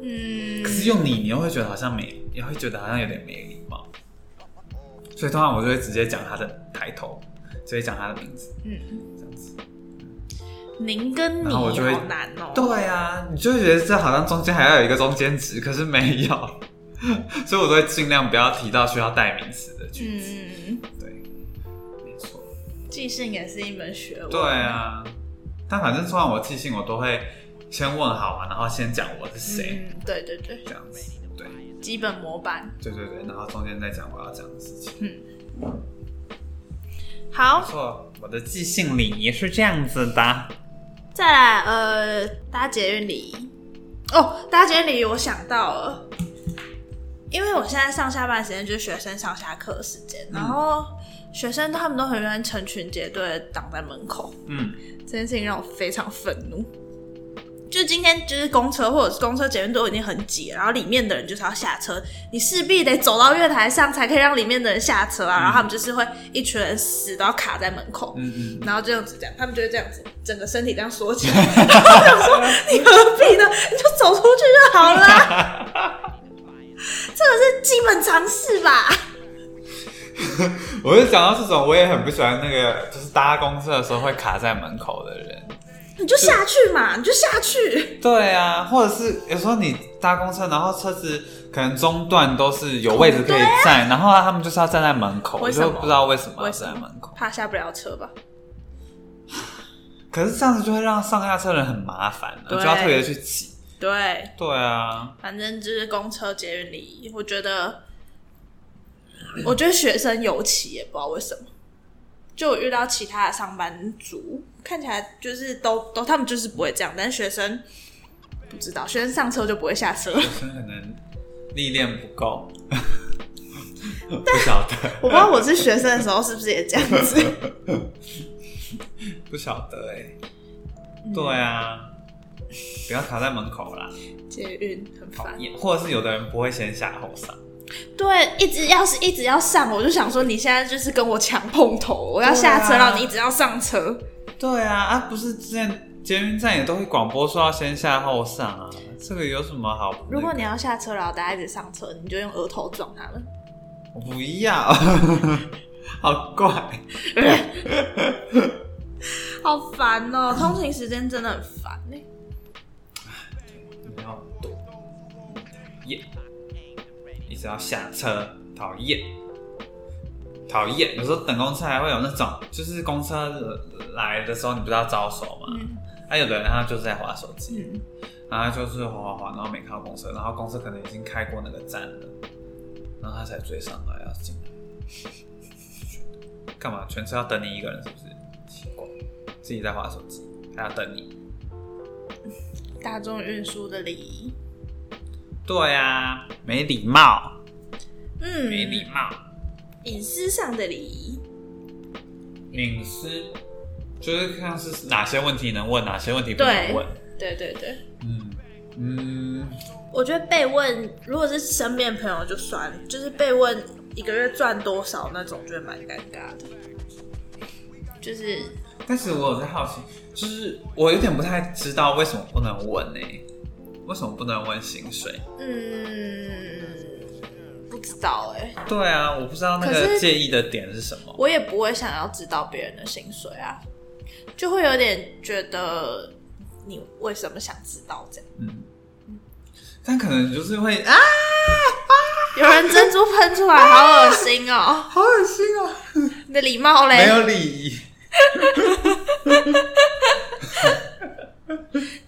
Speaker 2: 嗯
Speaker 1: 可，是用你你又会觉得好像没，也会觉得好像有点没礼貌，所以通常我就会直接讲他的抬头，直接讲他的名字，
Speaker 2: 嗯，
Speaker 1: 这样子。
Speaker 2: 您跟你
Speaker 1: 然后我就会
Speaker 2: 好难哦、
Speaker 1: 对啊，你就会觉得这好像中间还要有一个中间值，可是没有， 所以我都会尽量不要提到需要代名词的句子。
Speaker 2: 嗯，
Speaker 1: 对，没错，
Speaker 2: 即兴也是一门学问。
Speaker 1: 对，啊。但反正通常我寄信，我都会先问好嘛，然后先讲我是谁，
Speaker 2: 嗯，对对对，
Speaker 1: 这样子。对，
Speaker 2: 基本模板。
Speaker 1: 对对对，然后中间再讲我要讲的事情。没
Speaker 2: 好，
Speaker 1: 错，我的寄信礼仪是这样子的。
Speaker 2: 再来，呃，搭捷运礼仪。哦，搭捷运礼仪，我想到了，因为我现在上下班时间就是学生上下课时间，然后学生他们都很喜欢成群结队地挡在门口，
Speaker 1: 嗯，
Speaker 2: 这件事情让我非常愤怒。就今天就是公车或者是公车前面都已经很挤了，然后里面的人就是要下车，你势必得走到月台上才可以让里面的人下车啊。然后他们就是会一群人死都要卡在门口，
Speaker 1: 嗯嗯，
Speaker 2: 然后这样子这样，他们就会这样子，整个身体这样缩起来。然后我想说，你何必呢？你就走出去就好啦。 这个是基本常识吧？
Speaker 1: 我就讲到这种，我也很不喜欢那个，就是搭公车的时候会卡在门口的人。
Speaker 2: 你就下去嘛，你就下去。
Speaker 1: 对啊，或者是有时候你搭公车，然后车子可能中段都是有位置可以站，然后他们就是要站在门口，
Speaker 2: 啊为
Speaker 1: 我
Speaker 2: 什么
Speaker 1: 就不知道为什么要
Speaker 2: 为什么
Speaker 1: 站在门口。
Speaker 2: 怕下不了车吧？
Speaker 1: 可是这样子就会让上下车的人很麻烦、啊，
Speaker 2: 对
Speaker 1: 就要特别去挤。
Speaker 2: 对，
Speaker 1: 对啊，
Speaker 2: 反正就是公车、捷运礼仪，我觉得，我觉得学生尤其也不知道为什么，就我遇到其他的上班族，看起来就是都都他们就是不会这样，但是学生不知道，学生上车就不会下车，
Speaker 1: 学生可能历练不 够，不晓得，
Speaker 2: 我不知道我是学生的时候是不是也这样子，
Speaker 1: 不晓得哎、
Speaker 2: 嗯
Speaker 1: 对啊，不要卡在门口啦，
Speaker 2: 捷运很
Speaker 1: 讨
Speaker 2: 烦。
Speaker 1: 厌。或者是有的人不会先下后上。
Speaker 2: 对，一直要是一直要上，我就想说你现在就是跟我抢碰头，我要下车，
Speaker 1: 对啊
Speaker 2: 让你一直要上车。
Speaker 1: 对啊，啊，不是之前捷运站也都会广播说要先下后上啊，这个有什么好？
Speaker 2: 如果你要下车，然后大家一直上车，你就用额头撞他们。
Speaker 1: 我不要， 好怪。
Speaker 2: 好烦哦、通勤时间真的很烦欸呢、
Speaker 1: 你要躲，厌，一直要下车，讨厌，讨厌。有时候等公车还会有那种，就是公车来的时候，你不是要招手吗？
Speaker 2: 嗯
Speaker 1: 啊，有的人他就是在划手机，
Speaker 2: 嗯，
Speaker 1: 然后他就是滑滑滑，然后没看到公车，然后公车可能已经开过那个站了，然后他才追上来要进来。干嘛？全车要等你一个人是不是？奇怪，自己在划手机，还要等你。
Speaker 2: 大众运输的礼仪，
Speaker 1: 对呀、没礼貌，
Speaker 2: 嗯，
Speaker 1: 没礼貌。
Speaker 2: 隐私上的礼仪，
Speaker 1: 隐私就是看是哪些问题能问，哪些问题不能
Speaker 2: 对
Speaker 1: 问。
Speaker 2: 对对对，
Speaker 1: 嗯嗯，
Speaker 2: 我觉得被问，如果是身边朋友就算了，就是被问一个月赚多少那种，就会蛮尴尬的。就是
Speaker 1: 但是我有在好奇，就是我有点不太知道为什么不能问呢、为什么不能问薪水？
Speaker 2: 嗯，不知道哎、
Speaker 1: 对啊，我不知道那
Speaker 2: 可
Speaker 1: 个
Speaker 2: 是
Speaker 1: 介意的点是什么。
Speaker 2: 我也不会想要知道别人的薪水啊，就会有点觉得你为什么想知道这样。
Speaker 1: 嗯，但可能就是会啊，
Speaker 2: 有人珍珠喷出来，好恶心 哦！哎
Speaker 1: 好恶心哦、
Speaker 2: 你的礼貌
Speaker 1: 没
Speaker 2: 嘞？
Speaker 1: 有礼仪。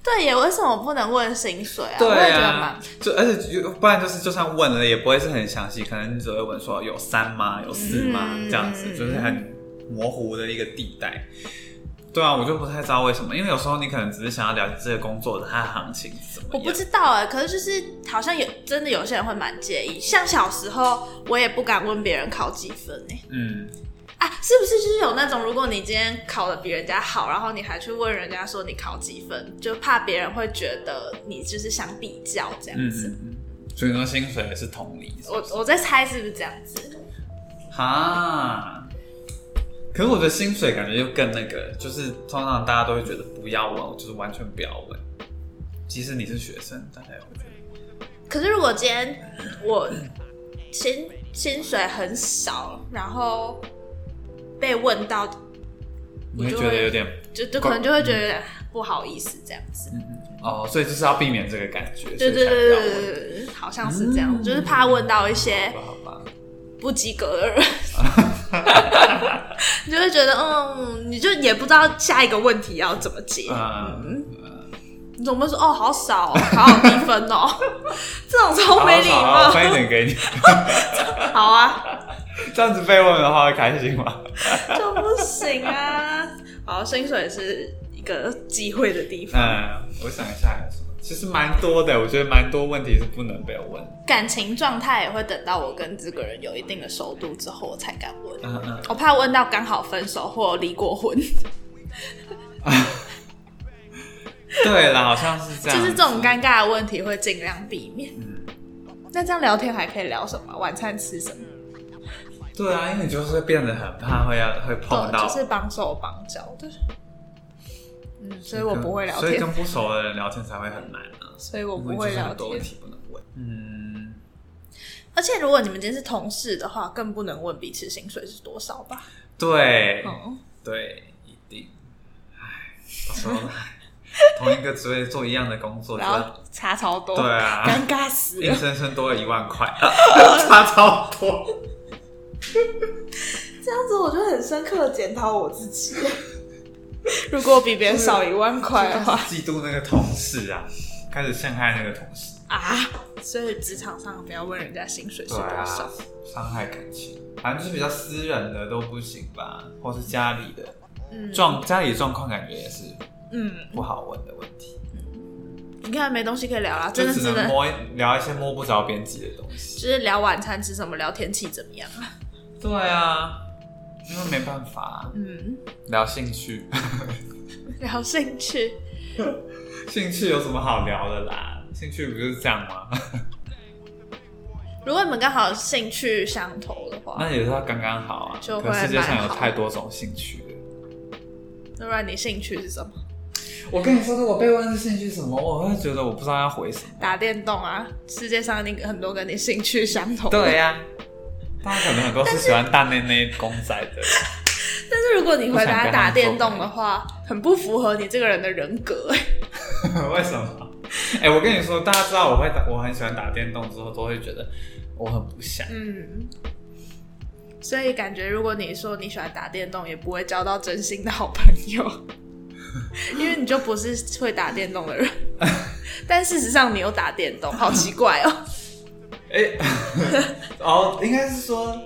Speaker 2: 对耶，为什么不能问薪水啊？我
Speaker 1: 对
Speaker 2: 也觉得
Speaker 1: 啊
Speaker 2: 蛮，
Speaker 1: 就而且就不然就是，就算问了也不会是很详细，可能你只会问说有三吗？有四吗？
Speaker 2: 嗯
Speaker 1: 这样子就是很模糊的一个地带。对啊，我就不太知道为什么，因为有时候你可能只是想要了解这个工作的它的行情是怎么
Speaker 2: 我
Speaker 1: 样。
Speaker 2: 不知道哎，可是就是好像有真的有些人会蛮介意，像小时候我也不敢问别人考几分哎
Speaker 1: 嗯，
Speaker 2: 啊，是不是就是有那种如果你今天考的比人家好，然后你还去问人家说你考几分，就怕别人会觉得你就是想比较这样
Speaker 1: 嗯
Speaker 2: 子。
Speaker 1: 嗯嗯，所以说薪水也是同理。是不是
Speaker 2: 我我在猜是不是这样子？
Speaker 1: 哈，可是我觉得薪水感觉又更那个，就是通常大家都会觉得不要啊问，我就是完全不要问。即使你是学生，大家也会觉得
Speaker 2: 可是如果今天我薪薪水很少，然后被问到，
Speaker 1: 你会
Speaker 2: 我就
Speaker 1: 觉
Speaker 2: 会
Speaker 1: 得有点
Speaker 2: 就就可能就会觉得有点不好意思这样子。
Speaker 1: 哦，所以就是要避免这个感觉。
Speaker 2: 对
Speaker 1: 所
Speaker 2: 对
Speaker 1: 以
Speaker 2: 对
Speaker 1: 才
Speaker 2: 对
Speaker 1: 不要问嗯
Speaker 2: 对对对，好像是这样，就是怕问到一些
Speaker 1: 好吧好吧，
Speaker 2: 不及格 的人，你就会觉得嗯，你就也不知道下一个问题要怎么解。
Speaker 1: 嗯，
Speaker 2: 你总不能说哦好少、哦，考好低分 哦，这种超没礼
Speaker 1: 好好好
Speaker 2: 貌
Speaker 1: 我。分一点给你，
Speaker 2: 嗯好啊，
Speaker 1: 这样子被问的话会开心吗？
Speaker 2: 就不行啊。好，薪水是一个机会的地方，
Speaker 1: 嗯，我想一下还有什么，其实蛮多的，我觉得蛮多问题是不能被问。
Speaker 2: 感情状态也会等到我跟这个人有一定的熟度之后，我才敢问。
Speaker 1: 嗯嗯，
Speaker 2: 我怕问到刚好分手或离过婚，
Speaker 1: 对啦，好像是这样
Speaker 2: 就
Speaker 1: 子，
Speaker 2: 是这种尴尬的问题会尽量避免。
Speaker 1: 嗯
Speaker 2: 那这样聊天还可以聊什么？晚餐吃什么？
Speaker 1: 对啊，因为你就是会变得很怕会要会碰到，
Speaker 2: 对就是帮手帮脚的。嗯，所以我不会聊
Speaker 1: 所以
Speaker 2: 天，
Speaker 1: 跟不熟的人聊天才会很难啊。
Speaker 2: 所以我
Speaker 1: 我
Speaker 2: 不会聊
Speaker 1: 很多问
Speaker 2: 天。
Speaker 1: 题不能问。嗯，
Speaker 2: 而且如果你们今天是同事的话，更不能问彼此薪水是多少吧？
Speaker 1: 对、
Speaker 2: 嗯，
Speaker 1: 对，一定。唉，我说了同一个职位做一样的工作，
Speaker 2: 然后差超多，
Speaker 1: 对啊
Speaker 2: 尴尬死
Speaker 1: 觉得 硬
Speaker 2: 了。
Speaker 1: 生生多了一万块，啊 差超 多。
Speaker 2: 这样子我就很深刻的检讨我自己。如果我比别人少一万块的话
Speaker 1: 嫉妒那个同事啊，开始陷害那个同事，
Speaker 2: 啊，所以职场上不要问人家薪水是
Speaker 1: 对
Speaker 2: 多
Speaker 1: 啊
Speaker 2: 少。，
Speaker 1: 伤害感情，反正就是比较私人的都不行吧，或是家里的
Speaker 2: 嗯
Speaker 1: 状家里的状况，感觉也是
Speaker 2: 嗯，
Speaker 1: 不好问的问题，
Speaker 2: 你看没东西可以聊啦，真
Speaker 1: 就
Speaker 2: 的
Speaker 1: 只
Speaker 2: 真
Speaker 1: 能
Speaker 2: 的，
Speaker 1: 摸聊一些摸不着边际的东西。
Speaker 2: 就是聊晚餐吃什么，聊天气怎么样啊。
Speaker 1: 对啊，因为没办法啊、
Speaker 2: 嗯，
Speaker 1: 聊兴趣，
Speaker 2: 聊兴趣。
Speaker 1: 兴趣有什么好聊的啦？兴趣不就是这样 吗？
Speaker 2: 如果你们刚好兴趣相投的话，
Speaker 1: 那也是他刚刚好啊。
Speaker 2: 就会
Speaker 1: 可世界上
Speaker 2: 蛮
Speaker 1: 有
Speaker 2: 好
Speaker 1: 太多种兴趣了。
Speaker 2: 那不然你兴趣是什么？
Speaker 1: 我跟你说，如果被问是兴趣什么，我会觉得我不知道要回什么。
Speaker 2: 打电动啊，世界上一定很多跟你兴趣相投。
Speaker 1: 对呀、大家可能很多是喜欢大内内公仔的，
Speaker 2: 但是如果你回
Speaker 1: 不想
Speaker 2: 答
Speaker 1: 跟他
Speaker 2: 打
Speaker 1: 们
Speaker 2: 电动的话，很不符合你这个人的人格、欸。
Speaker 1: 为什 么？哎、我跟你说，大家知道我会打，我很喜欢打电动之后，都会觉得我很不想。
Speaker 2: 嗯，所以感觉如果你说你喜欢打电动，也不会交到真心的好朋 友，因为你就不是会打电动的人。但事实上你又打电动，好奇怪 哦。
Speaker 1: 哎、哦，应该是说，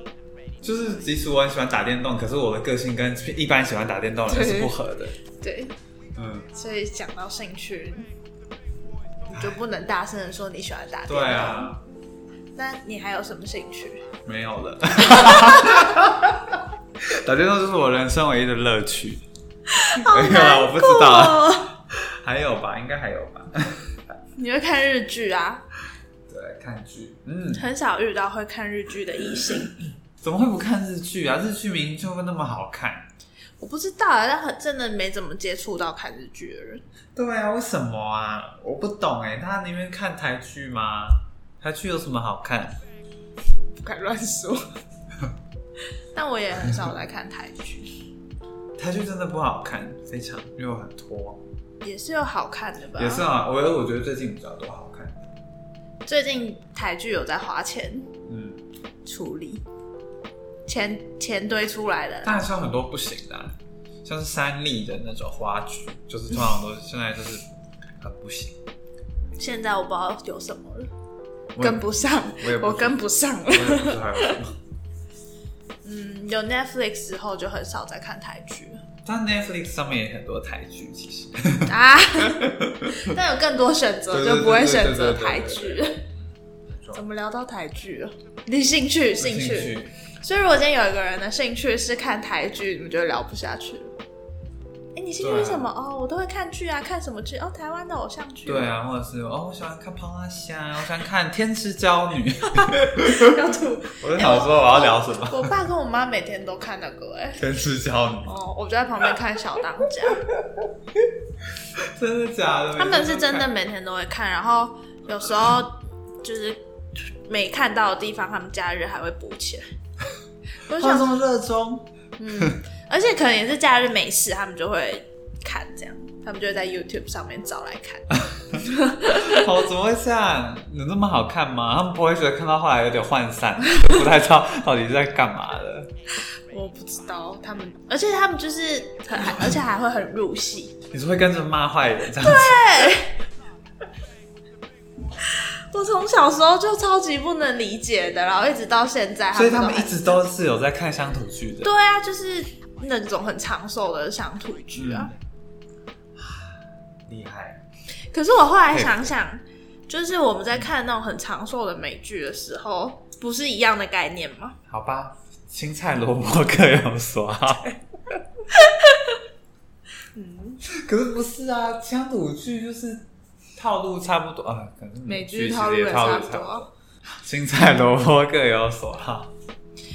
Speaker 1: 就是即使我很喜欢打电动，可是我的个性跟一般喜欢打电动的人是不合的。
Speaker 2: 对，
Speaker 1: 嗯，
Speaker 2: 所以讲到兴趣，你就不能大声的说你喜欢打电
Speaker 1: 对
Speaker 2: 动。
Speaker 1: 啊，
Speaker 2: 那你还有什么兴趣？
Speaker 1: 没有了。打电动就是我人生唯一的乐趣。 没有啦，我不知道，
Speaker 2: 哦，
Speaker 1: 还有吧，应该还有吧。
Speaker 2: 你会看日剧啊？
Speaker 1: 对，看剧，嗯，
Speaker 2: 很少遇到会看日剧的异性，
Speaker 1: 怎么会不看日剧啊？日剧明明就那么好看。
Speaker 2: 我不知道啊，但很真的没怎么接触到看日剧的人。
Speaker 1: 对啊，为什么啊？我不懂哎、大家宁愿看台剧吗？台剧有什么好看？
Speaker 2: 不敢乱说。 但我也很少在看台剧，
Speaker 1: 台剧真的不好看，非常，因为我很拖。
Speaker 2: 也是有好看的吧？
Speaker 1: 也是啊，我我觉得最近比较多好看。
Speaker 2: 最近台剧有在花钱
Speaker 1: 嗯，
Speaker 2: 处理，钱钱堆出来了啦，
Speaker 1: 但还是有很多不行的啊、像是三立的那种花剧，就是通常都现在就是很不行，
Speaker 2: 现在我不知道有什么了，
Speaker 1: 我也
Speaker 2: 跟不上
Speaker 1: 我也，不
Speaker 2: 我跟不上
Speaker 1: 我
Speaker 2: 了
Speaker 1: 也。不知道还有什么。
Speaker 2: 嗯，有 Netflix 之后就很少在看台 剧了
Speaker 1: 但 Netflix 上面也很多台剧，其实
Speaker 2: 啊，但有更多选择
Speaker 1: 对对
Speaker 2: 就不会
Speaker 1: 对对
Speaker 2: 选
Speaker 1: 对
Speaker 2: 择
Speaker 1: 对对
Speaker 2: 台
Speaker 1: 对
Speaker 2: 剧
Speaker 1: 对。
Speaker 2: 怎么聊到台剧了？你兴趣兴
Speaker 1: 有
Speaker 2: 趣。所以如果今天有一个人的兴趣是看台剧，你们就聊不下去了。哎、你兴趣是什么？哦，我都会看剧啊，看什么剧？哦，台湾的偶像剧。
Speaker 1: 对，啊，或者是哦，我喜欢看《胖拉虾》，我喜欢看《天之娇 女》。
Speaker 2: 要吐。
Speaker 1: 我就想说我要聊什么？
Speaker 2: 哎我爸跟我妈每天都看那个、哎，
Speaker 1: 天之娇女，
Speaker 2: 哦，我就在旁边看小当家，
Speaker 1: 真的假的？
Speaker 2: 他们是真的每天都会看，然后有时候就是没看到的地方，他们假日还会补 起来。我就
Speaker 1: 他
Speaker 2: 想
Speaker 1: 们这，
Speaker 2: 说
Speaker 1: 么热衷，
Speaker 2: 嗯，而且可能也是假日没事，他们就会看这样，他们就会在 YouTube 上面找来看。
Speaker 1: 哦，怎么会这样？有那么好看吗？他们不会觉得看到后来有点涣散，就不太知道到底是在干嘛的？
Speaker 2: 我不知道他们，而且他们就是 很，而且还会很入戏。
Speaker 1: 你是会跟着骂坏人这样子？
Speaker 2: 我从小时候就超级不能理解的，然后一直到现在，
Speaker 1: 所以他们
Speaker 2: 都
Speaker 1: 一
Speaker 2: 还
Speaker 1: 直都是有在看乡土剧的。
Speaker 2: 对啊，就是那种很长寿的乡土剧
Speaker 1: 嗯
Speaker 2: 啊。
Speaker 1: 厉害，
Speaker 2: 可是我后来想想，就是我们在看那种很长寿的美剧的时候，不是一样的概念吗？
Speaker 1: 好吧， 青菜萝卜各有所好。
Speaker 2: 嗯，
Speaker 1: 可是不是啊，乡土剧就是套路差不多啊，可能
Speaker 2: 美
Speaker 1: 剧
Speaker 2: 剧
Speaker 1: 其
Speaker 2: 套路
Speaker 1: 实
Speaker 2: 也
Speaker 1: 也套
Speaker 2: 差
Speaker 1: 路
Speaker 2: 不
Speaker 1: 差不
Speaker 2: 多
Speaker 1: 多。。青菜萝卜各有所好。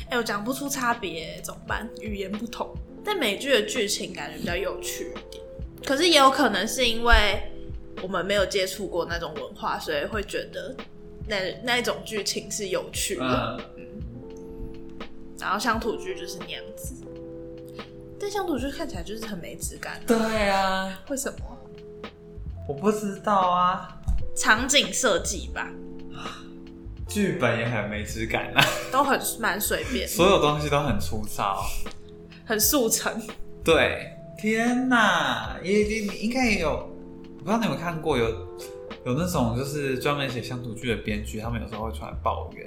Speaker 2: 哎、我讲不出差别，怎么办？语言不同。但美剧的剧情感觉比较有趣一点，可是也有可能是因为我们没有接触过那种文化，所以会觉得那那一种剧情是有趣的。
Speaker 1: 嗯，
Speaker 2: 然后乡土剧就是那样子，但乡土剧看起来就是很没质感，
Speaker 1: 对啊，
Speaker 2: 为什么？
Speaker 1: 我不知道啊，
Speaker 2: 场景设计吧，
Speaker 1: 剧本也很没质感啊，
Speaker 2: 都很蛮随便，
Speaker 1: 所有东西都很粗糙。
Speaker 2: 很速成。
Speaker 1: 对，天哪，也也你应该也有，我不知道你有没有看过有有那种就是专门写乡土剧的编剧，他们有时候会出来抱怨，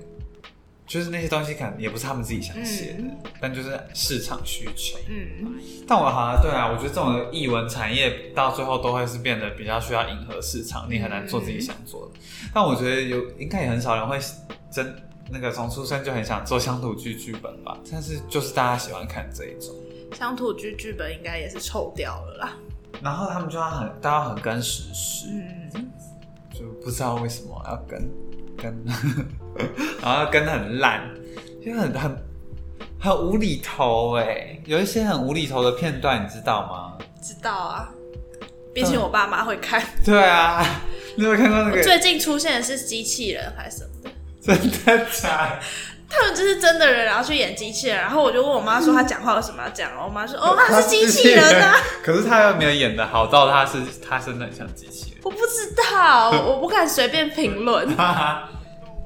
Speaker 1: 就是那些东西可能也不是他们自己想写的，
Speaker 2: 嗯
Speaker 1: 但就是市场需求。
Speaker 2: 嗯，
Speaker 1: 但我好像对啊，我觉得这种译文产业到最后都会是变得比较需要迎合市场，你很难做自己想做的。但我觉得有应该也很少人会真那个从出生就很想做乡土剧剧本吧，但是就是大家喜欢看这一种。
Speaker 2: 乡土剧剧本应该也是臭掉了啦。
Speaker 1: 然后他们就要很，大家很跟时事，
Speaker 2: 嗯，
Speaker 1: 就不知道为什么要跟跟， 然后要跟得很烂，就很很很无厘头哎、有一些很无厘头的片段，你知道吗？
Speaker 2: 知道啊，毕竟我爸妈会看。
Speaker 1: 对啊，你有没有看过那
Speaker 2: 我
Speaker 1: 个？
Speaker 2: 最近出现的是机器人还是什么的？
Speaker 1: 真的假的？
Speaker 2: 他们就是真的人，然后去演机器人。然后我就问我妈说，他讲话为什么要这样？然后我妈 说，哦， 他是机器人啊。
Speaker 1: 可是他又没有演的好到他是他真的很像机器人，
Speaker 2: 我不知 道，我我不敢随便评论。
Speaker 1: 哈哈。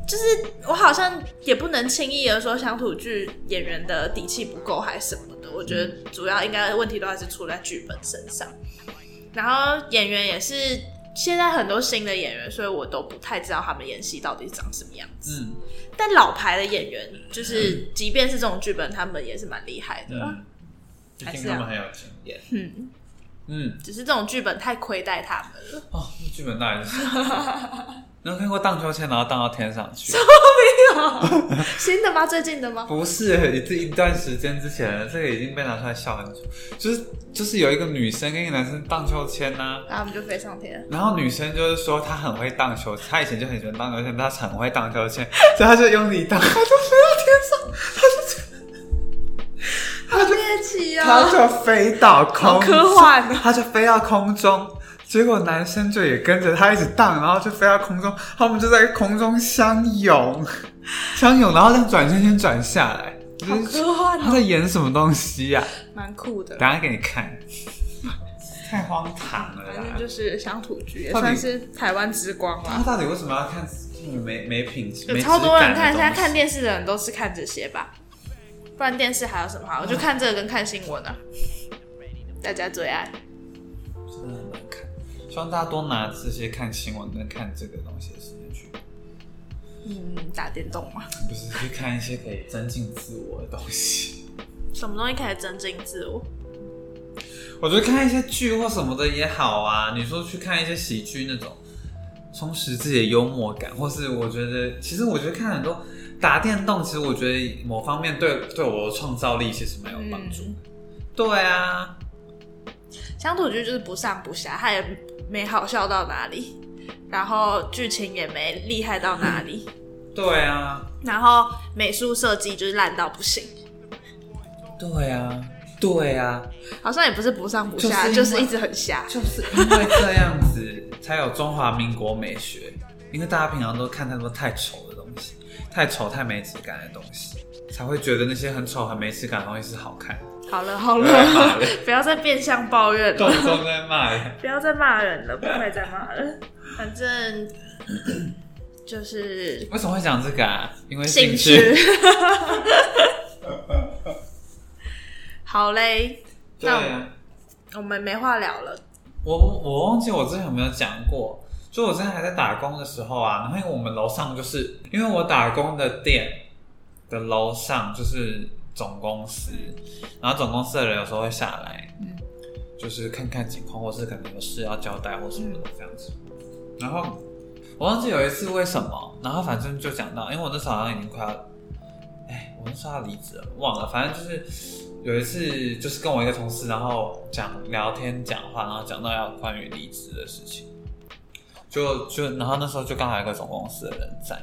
Speaker 2: 就是我好像也不能轻易的说乡土剧演员的底气不够还是什么的，我觉得主要应该问题都还是出在剧本身上。然后演员也是现在很多新的演员，所以我都不太知道他们演戏到底长什么样子。
Speaker 1: 嗯
Speaker 2: 但老牌的演员，就是即便是这种剧本，他们也是蛮厉害的。
Speaker 1: 嗯，毕
Speaker 2: 还
Speaker 1: 竟
Speaker 2: 是啊
Speaker 1: 他们很有经验。
Speaker 2: 嗯，
Speaker 1: 嗯，
Speaker 2: 只是这种剧本太亏待他们了。
Speaker 1: 哦，那剧本到底是什么？
Speaker 2: 嗯
Speaker 1: 你有看过荡秋千然后荡到天上去？
Speaker 2: 新的吗？最近的吗？
Speaker 1: 不是，这一段时间之前，这个已经被拿出来笑很久。就是就是有一个女生跟一个男生荡秋千呐、
Speaker 2: 然后我们就飞上天了。
Speaker 1: 然后女生就是说她很会荡秋千，她以前就很喜欢荡秋千，她很会荡秋千，所以她就用力荡，她就
Speaker 2: 好猎奇
Speaker 1: 她
Speaker 2: 啊！
Speaker 1: 就飞到空
Speaker 2: 好
Speaker 1: 中，
Speaker 2: 科幻哦
Speaker 1: 她就飞到空中。结果男生就也跟着她一起荡，然后就飞到空中，他们就在空中相拥， 相拥，然后这样转圈圈转下来，
Speaker 2: 好
Speaker 1: 就是
Speaker 2: 科幻
Speaker 1: 他
Speaker 2: 哦，
Speaker 1: 在演什么东西呀、
Speaker 2: 蛮酷的。
Speaker 1: 等下给你看， 太荒唐了
Speaker 2: 反正
Speaker 1: 啦！
Speaker 2: 就是乡土剧，也
Speaker 1: 到底
Speaker 2: 算是台湾之光
Speaker 1: 他
Speaker 2: 啦。
Speaker 1: 到底为什么要看这种没没品质？
Speaker 2: 有
Speaker 1: 没
Speaker 2: 超多人
Speaker 1: 质感
Speaker 2: 看，
Speaker 1: 的
Speaker 2: 现在
Speaker 1: 东西
Speaker 2: 看电视的人都是看这些吧，不然电视还有什
Speaker 1: 嗯
Speaker 2: 么好？我就看这个跟看新闻啊，大家最爱。
Speaker 1: 真的很难看。希望大家多拿这些看新闻跟看这个东西的时间去，
Speaker 2: 嗯，打电动嘛，
Speaker 1: 不是去看一些可以增进自我的东西。
Speaker 2: 什么东西可以增进自我？
Speaker 1: 我觉得看一些剧或什么的也好啊。你说去看一些喜剧那种，充实自己的幽默感，或是我觉得，其实我觉得看很多打电动，其实我觉得某方面对对我的创造力其实蛮有帮助。
Speaker 2: 嗯
Speaker 1: 对啊，
Speaker 2: 乡土剧就是不上不下，它也没好笑到哪里，然后剧情也没厉害到哪 里，
Speaker 1: 对啊，
Speaker 2: 然后美术设计就是烂到不行，
Speaker 1: 对啊，对啊，
Speaker 2: 好像也不是不上不下，
Speaker 1: 就
Speaker 2: 就是
Speaker 1: 因
Speaker 2: 是
Speaker 1: 为
Speaker 2: 一直很下。
Speaker 1: 就是因为这样子才有中华民国美学，因为大家平常都看太多太丑的东西，太丑太没质感的东西，才会觉得那些很丑很没质感的东西是好看的。
Speaker 2: 好了好
Speaker 1: 不要再骂
Speaker 2: 了
Speaker 1: 了，
Speaker 2: 不要再变相抱 怨
Speaker 1: 动
Speaker 2: 了，
Speaker 1: 不动在骂人，
Speaker 2: 不要再骂人了，不会再骂 了。反正 就是
Speaker 1: 为什么会讲这个啊？因为兴
Speaker 2: 兴趣
Speaker 1: 趣。。
Speaker 2: 好嘞，
Speaker 1: 对啊，
Speaker 2: 我们没话聊了。
Speaker 1: 我我忘记我之前有没有讲过，就我之前还在打工的时候啊，然后因为我们楼上就是因为我打工的店的楼上就是总公司，然后总公司的人有时候会下来，
Speaker 2: 嗯
Speaker 1: 就是看看情况，或是可能有事要交代或什么的这样子。然后我忘记有一次为什么，然后反正就讲到，因为我那时候好像已经快要，哎，我那时候要离职了，忘了，反正就是有一次就是跟我一个同事，然后讲聊天讲话，然后讲到要关于离职的事情，就就然后那时候就刚好有一个总公司的人在，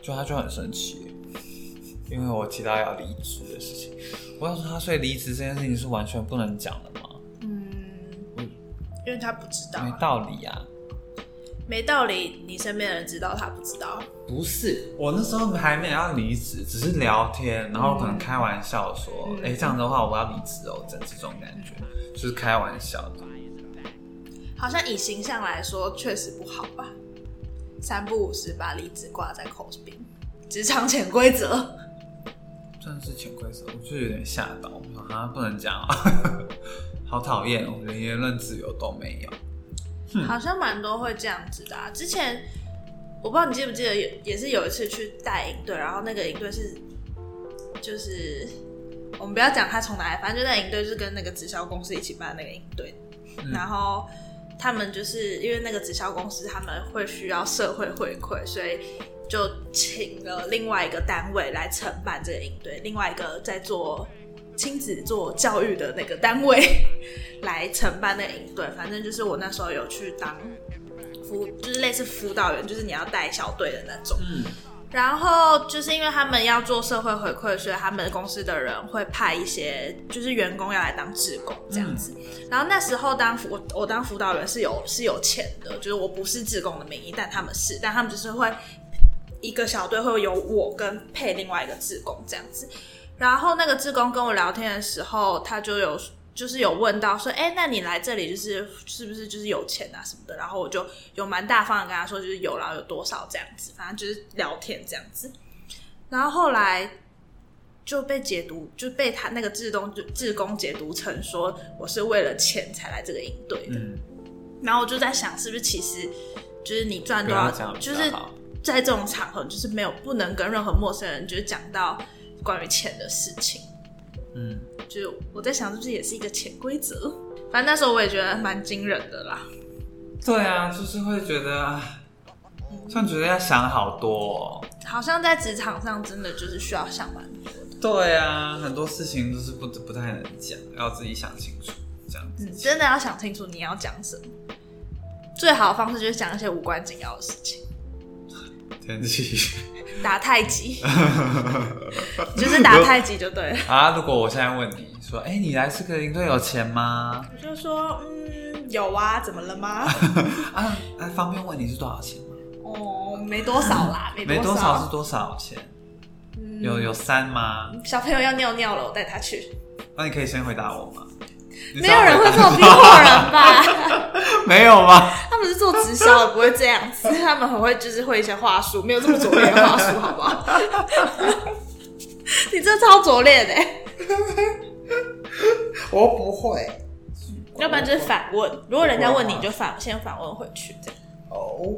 Speaker 1: 就他就很生气，因为我提到要离职的事情，我想说他所以离职这件事情是完全不能讲的吗？
Speaker 2: 嗯，因为他不知道
Speaker 1: 没
Speaker 2: 啊，
Speaker 1: 道理啊！
Speaker 2: 没道理，你身边的人知道他不知道，
Speaker 1: 不是，我那时候还没有要离职，只是聊天，然后可能开玩笑说：“哎、这样的话我要离职哦。”这这种感觉就是开玩笑的。
Speaker 2: 好像以形象来说确实不好吧？三不五时把离子挂在口边，职场潜规则。
Speaker 1: 算是潜规则，我就有点吓到，我想啊不能讲啊， 好讨厌哦，我连言论自由都没有。
Speaker 2: 好像蛮多会这样子的、啊。之前我不知道你记不记得，也也是有一次去带营队，然后那个营队是就是我们不要讲他从哪来，反正就那营队就是跟那个直销公司一起办那个营队，
Speaker 1: 嗯
Speaker 2: 然后。他们就是因为那个直销公司，他们会需要社会回馈，所以就请了另外一个单位来承办这个营队，另外一个在做亲子做教育的那个单位 来承办那个营队。反正就是我那时候有去当辅，就是类似辅导员，就是你要带小队的那种。
Speaker 1: 嗯，
Speaker 2: 然后就是因为他们要做社会回馈，所以他们公司的人会派一些就是员工要来当志工这样子。然后那时候当辅我我当辅导员是有是有钱的，就是我不是志工的名义，但他们是，但他们就是会一个小队会有我跟配另外一个志工这样子。然后那个志工跟我聊天的时候，他就有就是有问到说，哎，那你来这里就是是不是就是有钱啊什么的？然后我就有蛮大方的跟他说，就是有，然后有多少这样子，反正就是聊天这样子。然后后来就被解读，就被他那个志工志工解读成说我是为了钱才来这个营队的。
Speaker 1: 嗯，
Speaker 2: 然后我就在想，是不是其实就是你赚
Speaker 1: 不
Speaker 2: 多
Speaker 1: 要
Speaker 2: 少
Speaker 1: 这样，比
Speaker 2: 啊就
Speaker 1: 较
Speaker 2: 是
Speaker 1: 好。
Speaker 2: 在这种场合，就是没有不能跟任何陌生人就是讲到关于钱的事情。
Speaker 1: 嗯，
Speaker 2: 就是我在想，是不是也是一个潜规则？反正那时候我也觉得蛮惊人的啦。
Speaker 1: 对啊，就是会觉得，啊突然觉得要想好多、哦。
Speaker 2: 好像在职场上真的就是需要想蛮多的，
Speaker 1: 对啊，很多事情都是不不太能讲，要自己想清楚，这样子。
Speaker 2: 嗯，真的要想清楚你要讲什么。最好的方式就是讲一些无关紧要的事情，
Speaker 1: 天气
Speaker 2: 打太极，就是打太极就对了。
Speaker 1: 啊，如果我现在问你说，哎、你来这个营队有钱吗？
Speaker 2: 我就说，嗯，有啊，怎么了吗？
Speaker 1: 啊啊，方便问你是多少钱吗？
Speaker 2: 哦，没多少啦，没
Speaker 1: 没
Speaker 2: 多
Speaker 1: 多少是多少钱？
Speaker 2: 嗯
Speaker 1: 有有三吗？
Speaker 2: 小朋友要尿尿了，我带他去。
Speaker 1: 那你可以先回答我吗？你
Speaker 2: 没
Speaker 1: 知道
Speaker 2: 有人
Speaker 1: 回
Speaker 2: 会
Speaker 1: 答
Speaker 2: 这么逼迫人吧？
Speaker 1: 没有吗？
Speaker 2: 他们是做直销的，不会这样 子。他们很会，就是会一些话术，没有这么拙劣的话术，好不好？ 你这超拙劣的欸、
Speaker 1: 我不会。
Speaker 2: 要不然就是反问。如果人家问你，你就反先反问回去，这样
Speaker 1: 哦，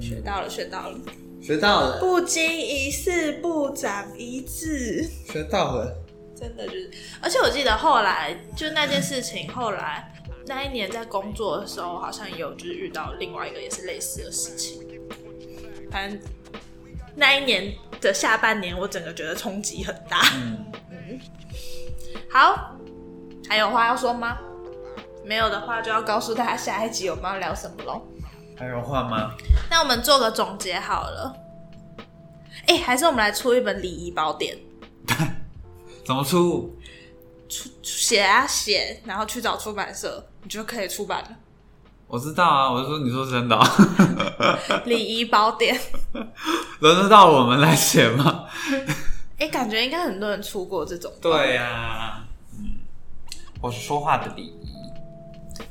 Speaker 2: 学到了，学到了。
Speaker 1: 学到了，
Speaker 2: 不经一事不长一智，
Speaker 1: 学到了。
Speaker 2: 真的就是。而且我记得后来就那件事情，后来那一年在工作的时候，好像也有就是遇到另外一个也是类似的事情。反正那一年的下半年，我整个觉得冲击很大。
Speaker 1: 嗯，
Speaker 2: 好，还有话要说吗？没有的话，就要告诉大家下一集我们要聊什么喽。
Speaker 1: 还有话吗？
Speaker 2: 那我们做个总结好了。哎、还是我们来出一本礼仪宝典，
Speaker 1: 怎么出？
Speaker 2: 写啊写，然后去找出版社，你就可以出版了。
Speaker 1: 我知道啊，我是说你说真的 哦、
Speaker 2: 礼仪宝典，
Speaker 1: 轮得到我们来写吗？
Speaker 2: 哎、感觉应该很多人出过这种。
Speaker 1: 对呀、嗯，我是说话的礼仪，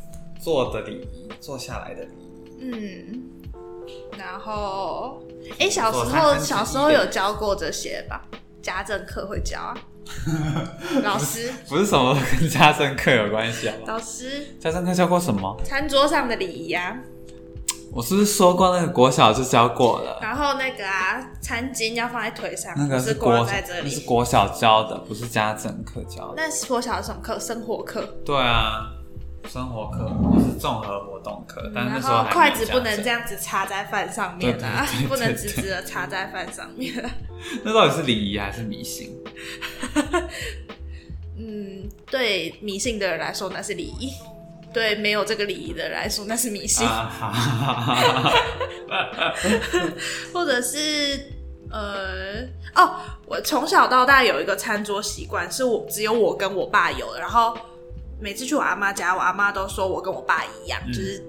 Speaker 1: 坐的礼仪，坐下来的礼仪，
Speaker 2: 嗯，然后，哎、小时
Speaker 1: 做三
Speaker 2: 候
Speaker 1: 分之一
Speaker 2: 小时候有教过这些吧？家政课会教 啊，老师
Speaker 1: 不是什么都跟家政课有关系好吗？
Speaker 2: 老师，
Speaker 1: 家政课教过什么？
Speaker 2: 餐桌上的礼仪啊，
Speaker 1: 我是不是说过那个国小就教过了？
Speaker 2: 然后那个啊，餐巾要放在腿上，
Speaker 1: 那个
Speaker 2: 不是挂
Speaker 1: 国
Speaker 2: 在这
Speaker 1: 那是
Speaker 2: 里。
Speaker 1: 国小教的，不是家政课教的。
Speaker 2: 那缩小什么课？生活课。
Speaker 1: 对啊，生活课或是综合活动课，但是那
Speaker 2: 然
Speaker 1: 时候
Speaker 2: 后
Speaker 1: 还
Speaker 2: 筷
Speaker 1: 没
Speaker 2: 子
Speaker 1: 有
Speaker 2: 不能
Speaker 1: 家
Speaker 2: 这
Speaker 1: 政。
Speaker 2: 样子插在饭上面啊，
Speaker 1: 对对对对
Speaker 2: 不能直直的插在饭上面。啊
Speaker 1: 那到底是礼仪还是迷信？
Speaker 2: 嗯，对迷信的人来说那是礼仪， 对没有这个礼仪的人来说那是迷信，
Speaker 1: 啊哈哈哈哈
Speaker 2: 或者是呃哦，我从小到大有一个餐桌习惯，是我只有我跟我爸有的，然后每次去我阿妈家，我阿妈都说我跟我爸一样，
Speaker 1: 嗯
Speaker 2: 就是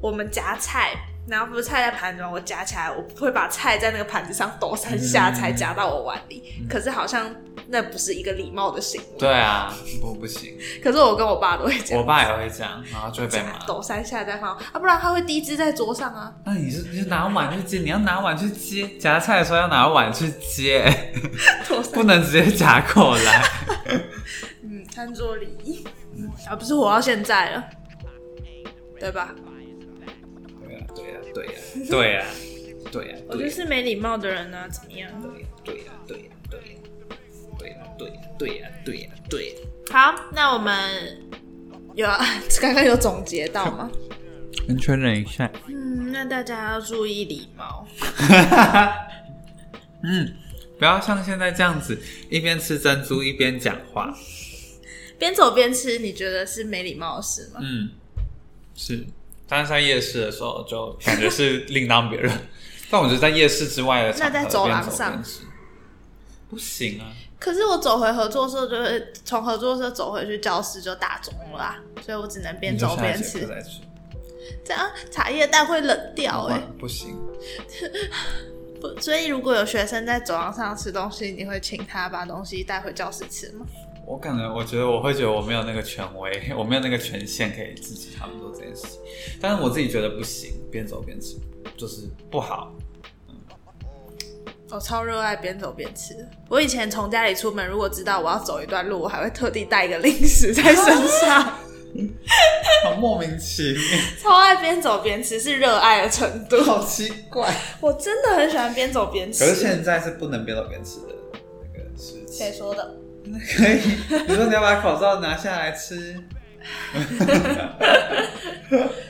Speaker 2: 我们夹菜。然后不是菜在盘子嘛，我夹起来，我会把菜在那个盘子上抖三下才夹到我碗里。
Speaker 1: 嗯
Speaker 2: 可是好像那不是一个礼貌的行为。
Speaker 1: 对啊，我不行，
Speaker 2: 可是我跟我爸都会这
Speaker 1: 我
Speaker 2: 样，
Speaker 1: 爸也会这样，然后就会被骂。
Speaker 2: 抖三下再放啊，不然他会滴汁在桌上啊。
Speaker 1: 那你是你就拿碗去接，你要拿碗去接，夹菜的时候要拿碗去接，
Speaker 2: 抖三
Speaker 1: 不能直接夹过来。
Speaker 2: 嗯，餐桌礼仪啊，不是活到现在了，对吧？
Speaker 1: 对呀、对呀、对呀、对呀、对呀、
Speaker 2: 我就是没礼貌的人啊，怎么样？
Speaker 1: 对呀、对呀、对呀、对呀、对呀、对呀、对呀、对呀。
Speaker 2: 好，那我们有啊 刚刚有总结到吗？
Speaker 1: 你确认一下。
Speaker 2: 嗯，那大家要注意礼貌。
Speaker 1: 嗯，不要像现在这样子，一边吃珍珠一边讲话。
Speaker 2: 边走边吃，你觉得是没礼貌的事吗？
Speaker 1: 嗯，是。但是在夜市的时候，就感觉是另当别论。 但我觉得在夜市之外的场合，
Speaker 2: 那在走廊
Speaker 1: 边走
Speaker 2: 上
Speaker 1: 边吃不行啊。
Speaker 2: 可是我走回合作社，就会从合作社走回去教室就打钟了啊，所以我只能边走边
Speaker 1: 你
Speaker 2: 吃
Speaker 1: 就下节课。再吃。
Speaker 2: 这样茶叶蛋会冷掉哎、
Speaker 1: 不行，
Speaker 2: 不所以如果有学生在走廊上吃东西，你会请他把东西带回教室吃吗？
Speaker 1: 我可能我觉得我会觉得我没有那个权威，我没有那个权限可以自己他们做这件事情。但是我自己觉得不行，边走边吃就是不好。
Speaker 2: 我超热爱边走边吃的。我以前从家里出门，如果知道我要走一段路，我还会特地带一个零食在身 上，
Speaker 1: 好莫名其妙，
Speaker 2: 超爱边走边吃，是热爱的程度。
Speaker 1: 好奇怪。
Speaker 2: 我真的很喜欢边走边吃
Speaker 1: 可。是现在是不能边走边吃的那个事
Speaker 2: 谁
Speaker 1: 情。
Speaker 2: 说的？
Speaker 1: 可以，你说你要把口罩拿下来吃，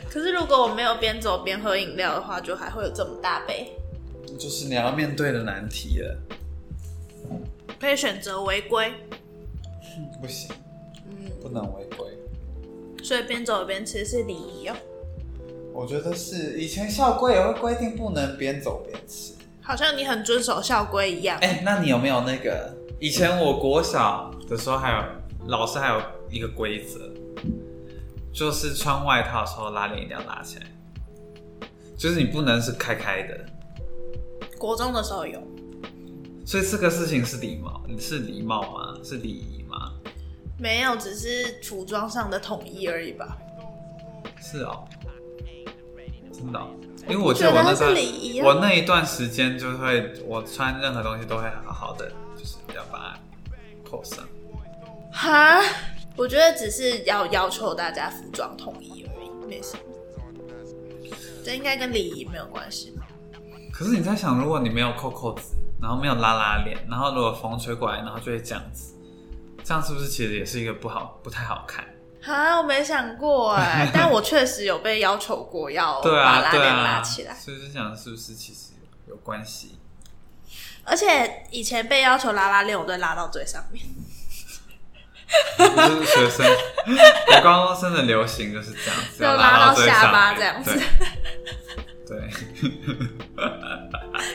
Speaker 2: 可是如果我没有边走边喝饮料的话，就还会有这么大杯。
Speaker 1: 就是你要面对的难题了。
Speaker 2: 可以选择违规，
Speaker 1: 不行，
Speaker 2: 嗯，
Speaker 1: 不能违规。
Speaker 2: 所以边走边吃是礼仪哦。
Speaker 1: 我觉得是以前校规也会规定不能边走边吃。
Speaker 2: 好像你很遵守校规一样。
Speaker 1: 哎、那你有没有那个？以前我国小的时候，还有老师还有一个规则，就是穿外套的时候拉链一定要拉起来，就是你不能是开开的。
Speaker 2: 国中的时候有，
Speaker 1: 所以这个事情是礼貌，是礼貌吗？是礼仪吗？
Speaker 2: 没有，只是服装上的统一而已吧。
Speaker 1: 是哦，真的哦、因为我记得我那
Speaker 2: 哎我觉得它是
Speaker 1: 段
Speaker 2: 礼仪啊
Speaker 1: 我那一段时间就会，我穿任何东西都会好好的，就是要把它扣上。
Speaker 2: 哈，我觉得只是要要求大家服装统一而已，没什么。这应该跟礼仪没有关系吧？
Speaker 1: 可是你在想，如果你没有扣扣子，然后没有拉拉链，然后如果风吹过来，然后就会这样子，这样是不是其实也是一个不好、不太好看？
Speaker 2: 哈，我没想过 哎、但我确实有被要求过要
Speaker 1: 对
Speaker 2: 把
Speaker 1: 啊，
Speaker 2: 拉
Speaker 1: 对
Speaker 2: 链
Speaker 1: 啊，
Speaker 2: 拉起来，
Speaker 1: 所以就想是不是其实有关系？
Speaker 2: 而且以前被要求拉拉链，我都拉到最上 面。
Speaker 1: 我就是学生，我高中生的流行就是这样子，
Speaker 2: 就
Speaker 1: 要
Speaker 2: 拉
Speaker 1: 到
Speaker 2: 到
Speaker 1: 最
Speaker 2: 下巴
Speaker 1: 上面
Speaker 2: 这样子。
Speaker 1: 对。对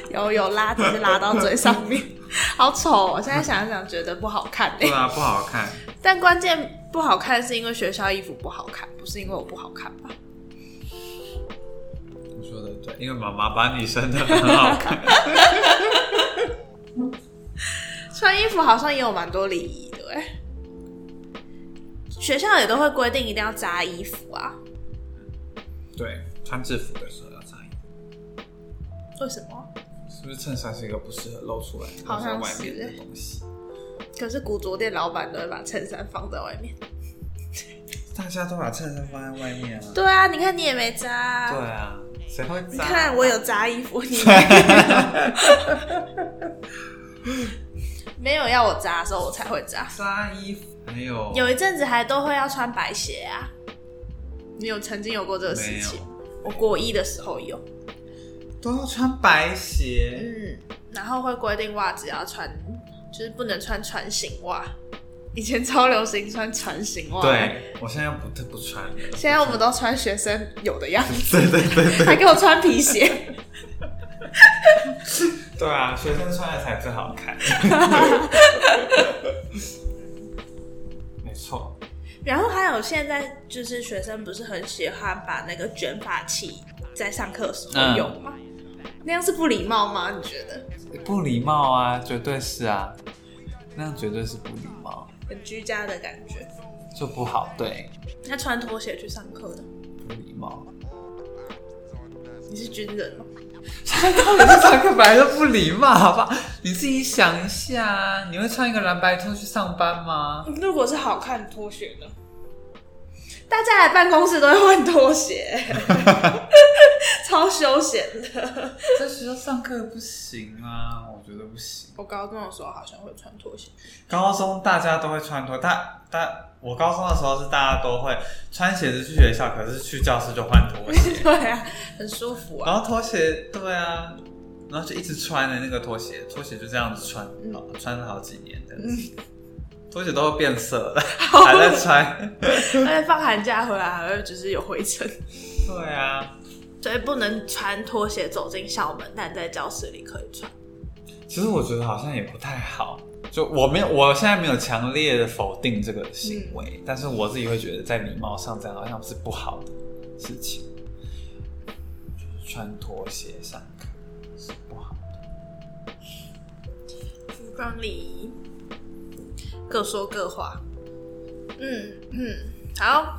Speaker 2: 有有拉，只是拉到最上 面，好丑、哦！现在想一想觉得不好看哎、
Speaker 1: 对啊， 不好看。
Speaker 2: 但关键不好看是因为学校衣服不好看，不是因为我不好看吧？
Speaker 1: 你说的对，因为妈妈把你生的很好看。
Speaker 2: 穿衣服好像也有蛮多礼仪的哎、学校也都会规定一定要扎衣服啊，
Speaker 1: 对，穿制服的时候要穿衣服，
Speaker 2: 为什么？
Speaker 1: 是不是衬衫是一个不适合露出来、
Speaker 2: 好
Speaker 1: 露在
Speaker 2: 像
Speaker 1: 外
Speaker 2: 是
Speaker 1: 面的东西？
Speaker 2: 可是古着店老板都会把衬衫放在外面。
Speaker 1: 大家都把衬衫放在外面啊。
Speaker 2: 对啊，你看你也没扎、啊，
Speaker 1: 对啊，谁会
Speaker 2: 你
Speaker 1: 扎？
Speaker 2: 看我有扎衣服，你没 有没有要我扎的时候我才会扎。
Speaker 1: 扎衣服，还有
Speaker 2: 有一阵子还都会要穿白鞋啊。你有曾经有过这个事情？我国一的时候有，
Speaker 1: 都要穿白鞋。
Speaker 2: 嗯，然后会规定袜子要穿，就是不能穿船型袜，以前超流行穿船型袜，，
Speaker 1: 对我现在不不穿了，
Speaker 2: 现在我们都穿学生有的样 子，
Speaker 1: 对对对对
Speaker 2: 还给我穿皮鞋，
Speaker 1: 对啊，学生穿的才最好 看，没错，
Speaker 2: 然后还有现在就是学生不是很喜欢把那个卷发器在上课的时候
Speaker 1: 嗯
Speaker 2: 用吗？那样是不礼貌吗？你觉得？
Speaker 1: 不礼貌啊，绝对是啊，那样绝对是不礼貌，
Speaker 2: 很居家的感觉。
Speaker 1: 就不好，对，
Speaker 2: 他穿拖鞋去上课的，
Speaker 1: 不礼貌。
Speaker 2: 你是军人吗？
Speaker 1: 可是上课本来就不礼貌，好吧？你自己想一下啊，你会穿一个蓝白拖去上班吗？
Speaker 2: 如果是好看的拖鞋呢？大家来办公室都会换拖鞋，超休闲的。
Speaker 1: 在学校上课不行啊，我觉得不行。
Speaker 2: 我高中的时候好像会穿拖 鞋，
Speaker 1: 高中大家都会穿拖，大大我高中的时候是大家都会穿鞋子去学校，可是去教室就换拖鞋，
Speaker 2: 对啊，很舒服啊。
Speaker 1: 然后拖鞋对啊，然后就一直穿的那个拖鞋，拖鞋就这样子穿，好穿了好几年这样子， 拖鞋都会变色了，还在穿。
Speaker 2: 而且放寒假回来还会就是有灰尘，
Speaker 1: 对啊，
Speaker 2: 所以不能穿拖鞋走进校门，但在教室里可以穿。
Speaker 1: 其实我觉得好像也不太好。就我没有，我现在没有强烈的否定这个行为，但是我自己会觉得在礼貌上这样好像是不好的事情。就是穿拖鞋上课是不好的。
Speaker 2: 服装礼仪，各说各话。嗯嗯，好好。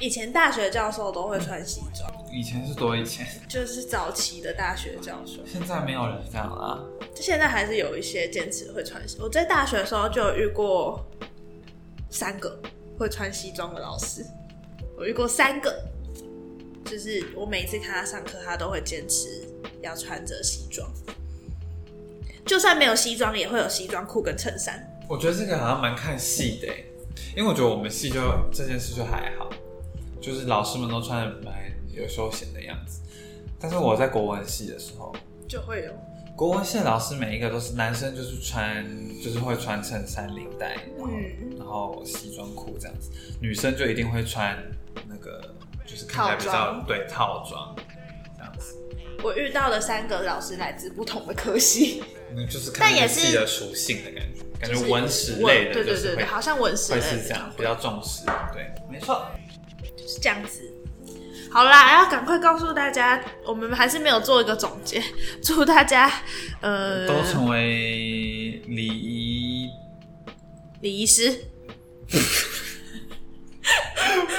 Speaker 2: 以前大学教授都会穿西装，
Speaker 1: 以前是多以前，
Speaker 2: 就是早期的大学教授，
Speaker 1: 现在没有人这样啊啦、
Speaker 2: 现在还是有一些坚持会穿西。我在大学的时候就有遇过三个会穿西装的老师，我遇过三个，就是我每次看他上课，他都会坚持要穿着西装，就算没有西装，也会有西装裤跟衬衫。
Speaker 1: 我觉得这个好像蛮看戏的欸，因为我觉得我们系就这件事就还好，就是老师们都穿的蛮有休闲的样子。但是我在国文系的时候，
Speaker 2: 就会有
Speaker 1: 国文系的老师每一个都是男生，就是穿就是会穿衬衫领带，然后、
Speaker 2: 嗯
Speaker 1: 然后西装裤这样子，女生就一定会穿那个就是看起来比
Speaker 2: 套
Speaker 1: 较
Speaker 2: 装
Speaker 1: 对套装这样子，
Speaker 2: 我遇到的三个老师来自不同的科系，
Speaker 1: 那就是看
Speaker 2: 但
Speaker 1: 那
Speaker 2: 也
Speaker 1: 个
Speaker 2: 是
Speaker 1: 系的属性的感觉，感
Speaker 2: 就是
Speaker 1: 觉文史类的
Speaker 2: 对
Speaker 1: 就
Speaker 2: 对
Speaker 1: 是
Speaker 2: 对
Speaker 1: 会
Speaker 2: 对，好像欸文史类
Speaker 1: 会
Speaker 2: 的
Speaker 1: 是这样，比较重视，对，没错。
Speaker 2: 就是这样子。好啦，要赶快告诉大家，我们还是没有做一个总结。 祝大家呃
Speaker 1: 都成为礼仪，
Speaker 2: 礼仪师，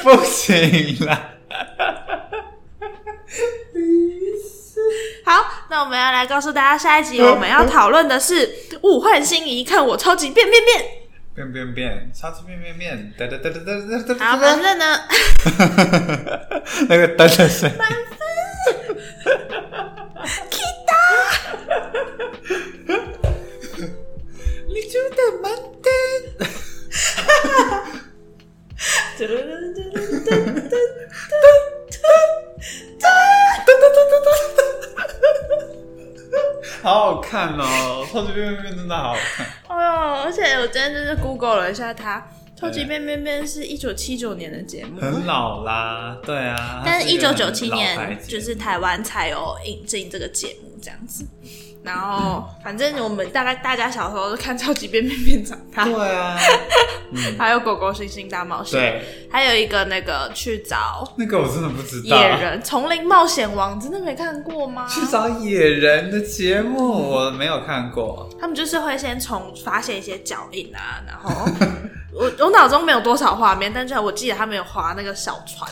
Speaker 1: 不行啦。
Speaker 2: 好，那我们要来告诉大家，下一集我们要讨论的是物换星移，看我超级变变变。
Speaker 1: 变变变，超级变变变，哒哒哒哒哒哒哒
Speaker 2: 好，反
Speaker 1: 哒。
Speaker 2: 正呢，
Speaker 1: 那个哒的声音。 你就得慢点。好好看哦，超级变变变真的好好看。
Speaker 2: 哎呦，而且我今天就是 Google 了一下它，超级变变变是一九七九年的节目，
Speaker 1: 很老啦，对啊。
Speaker 2: 但是，一九
Speaker 1: 它
Speaker 2: 九
Speaker 1: 个
Speaker 2: 七
Speaker 1: 很老牌
Speaker 2: 年
Speaker 1: 子
Speaker 2: 就是台湾才有引进这个节目这样子。然后，反正我们大概大家小时候都看《超级变变变》长大，
Speaker 1: 对啊，
Speaker 2: 还有《狗狗星星大冒险》，
Speaker 1: 对，
Speaker 2: 还有一个那个去找
Speaker 1: 那个我真的不知 道。
Speaker 2: 野人《丛林冒险王》，真的没看过吗？
Speaker 1: 去找野人的节目，我没有看过。
Speaker 2: 他们就是会先从发现一些脚印啊，然 后我我脑中没有多少画面，但是我记得他们有划那个小船，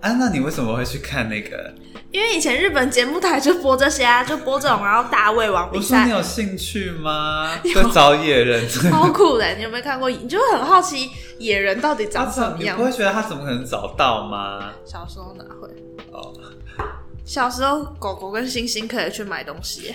Speaker 1: 啊，那你为什么会去看那个？
Speaker 2: 因为以前日本节目台就播这些啊，就播这种，然后大胃王
Speaker 1: 我
Speaker 2: 比
Speaker 1: 说
Speaker 2: 赛
Speaker 1: 你，有兴趣 吗？对， 找野人，
Speaker 2: 超酷的！你有没有看过？你就会很好奇野人到底
Speaker 1: 他
Speaker 2: 长什
Speaker 1: 怎
Speaker 2: 么
Speaker 1: 你
Speaker 2: 样
Speaker 1: 不。会觉得他怎么可能找到吗？
Speaker 2: 小时候哪会？
Speaker 1: 哦，
Speaker 2: 小时候狗狗跟星星可以去买东西耶。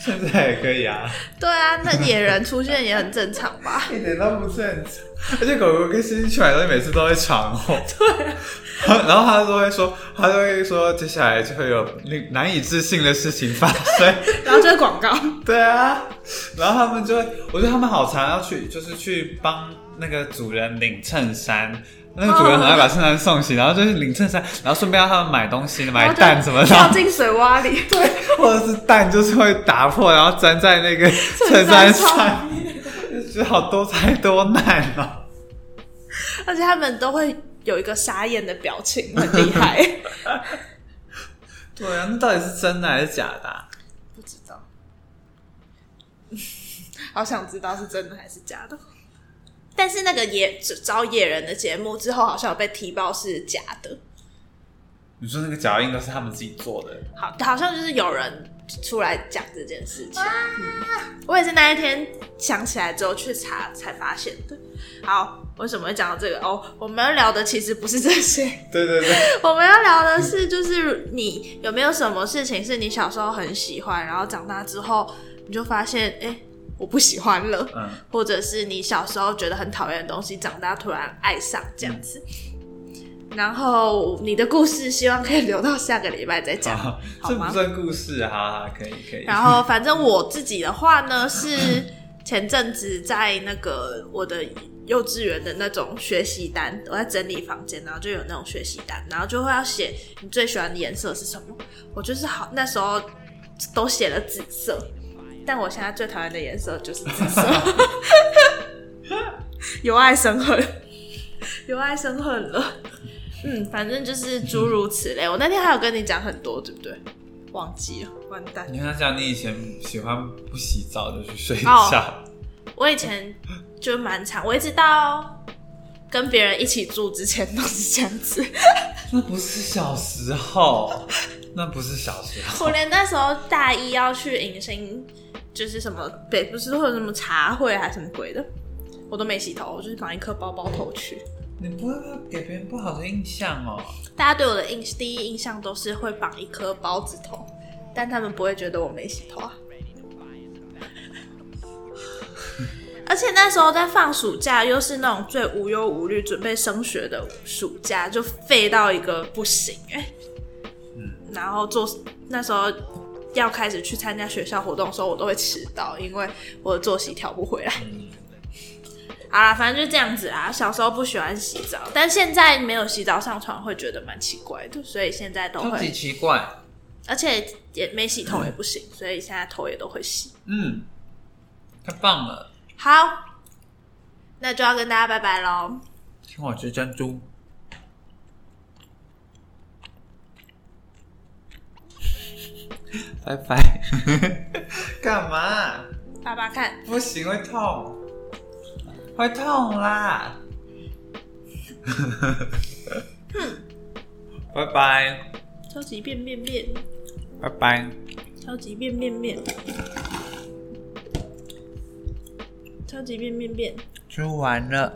Speaker 1: 现在也可以啊，
Speaker 2: 对啊，那野人出现也很正常吧？
Speaker 1: 一点都不正常。而且狗狗跟星星去买东西每次都会闯祸。对、啊 然后他都会说，他都会说，接下来就会有令难以置信的事情发生。
Speaker 2: 然后这个广告，
Speaker 1: 对啊，然后他们就会，我觉得他们好常要去，就是去帮那个主人领衬衫。那个主人很爱把衬衫送洗，然后就是领衬衫，然后顺便让他们买东西，买蛋什么的，
Speaker 2: 掉进水洼 里，对，
Speaker 1: 或者是蛋就是会打破，然后粘在那个衬衫上，就好多灾多难哦。
Speaker 2: 而且他们都会有一个傻眼的表情，很厉 害。
Speaker 1: 对啊，那到底是真的还是假的、啊？
Speaker 2: 不知道， 好想知道是真的还是假的。但是那个野招野人的节目之后，好像有被踢爆是假的，
Speaker 1: 你说那个脚印都是他们自己做的？
Speaker 2: 好，好像就是有人出来讲这件事情。嗯，我也是那一天想起来之后去查才发现的。好，为什么会讲到这个？哦，我们要聊的其实不是这些，
Speaker 1: 对对对，
Speaker 2: 我们要聊的是，就是你有没有什么事情是你小时候很喜欢，然后长大之后你就发现，哎、我不喜欢了，
Speaker 1: 嗯，
Speaker 2: 或者是你小时候觉得很讨厌的东西，长大突然爱上这样子。然后你的故事希望可以留到下个礼拜再讲，
Speaker 1: 啊，
Speaker 2: 好
Speaker 1: 这不
Speaker 2: 吗？
Speaker 1: 算故事，啊哈哈，可以可以。
Speaker 2: 然后反正我自己的话呢，是前阵子在那个我的幼稚园的那种学习单，我在整理房间，然后就有那种学习单，然后就会要写你最喜欢的颜色是什么。我就是好那时候都写了紫色，但我现在最讨厌的颜色就是紫色， 由爱生恨， 由爱生恨了。嗯，反正就是诸如此类。我那天还有跟你讲很多，对不对？忘记了，完蛋。
Speaker 1: 你看他讲，你以前喜欢不洗澡就去睡
Speaker 2: 哦
Speaker 1: 觉，
Speaker 2: 我以前就蛮常，我一直到跟别人一起住之前都是这样子。
Speaker 1: 那不是小时候，那不是小时候。
Speaker 2: 我连那时候大一要去迎新，就是什么北不是会有什么茶会还是什么鬼的，我都没洗头，我就是绑一颗包包头去。
Speaker 1: 你不会给别人不好的印象哦。
Speaker 2: 大家对我的印第一印象都是会绑一颗包子头，但他们不会觉得我没洗头啊。 而且那时候在放暑假，又是那种最无忧无虑、准备升学的暑假，就废到一个不行哎、
Speaker 1: 嗯，
Speaker 2: 然后做那时候要开始去参加学校活动的时候，我都会迟到，因为我的作息调不回来。
Speaker 1: 嗯
Speaker 2: 好啦，反正就这样子啊。小时候不喜欢洗澡，但现在没有洗澡上床会觉得蛮奇怪的，所以现在都
Speaker 1: 超级
Speaker 2: 会，
Speaker 1: 奇怪。
Speaker 2: 而且也没洗头也不行，所以现在头也都会洗。
Speaker 1: 嗯，太棒了！
Speaker 2: 好，那就要跟大家拜拜喽。
Speaker 1: 请我吃珍珠。拜拜。 干嘛？
Speaker 2: 爸爸看，
Speaker 1: 不行，会痛，会痛啦。嗯拜拜，
Speaker 2: 超级变变变，
Speaker 1: 拜拜。
Speaker 2: 超级变变变，超级变变变。
Speaker 4: 吃完了。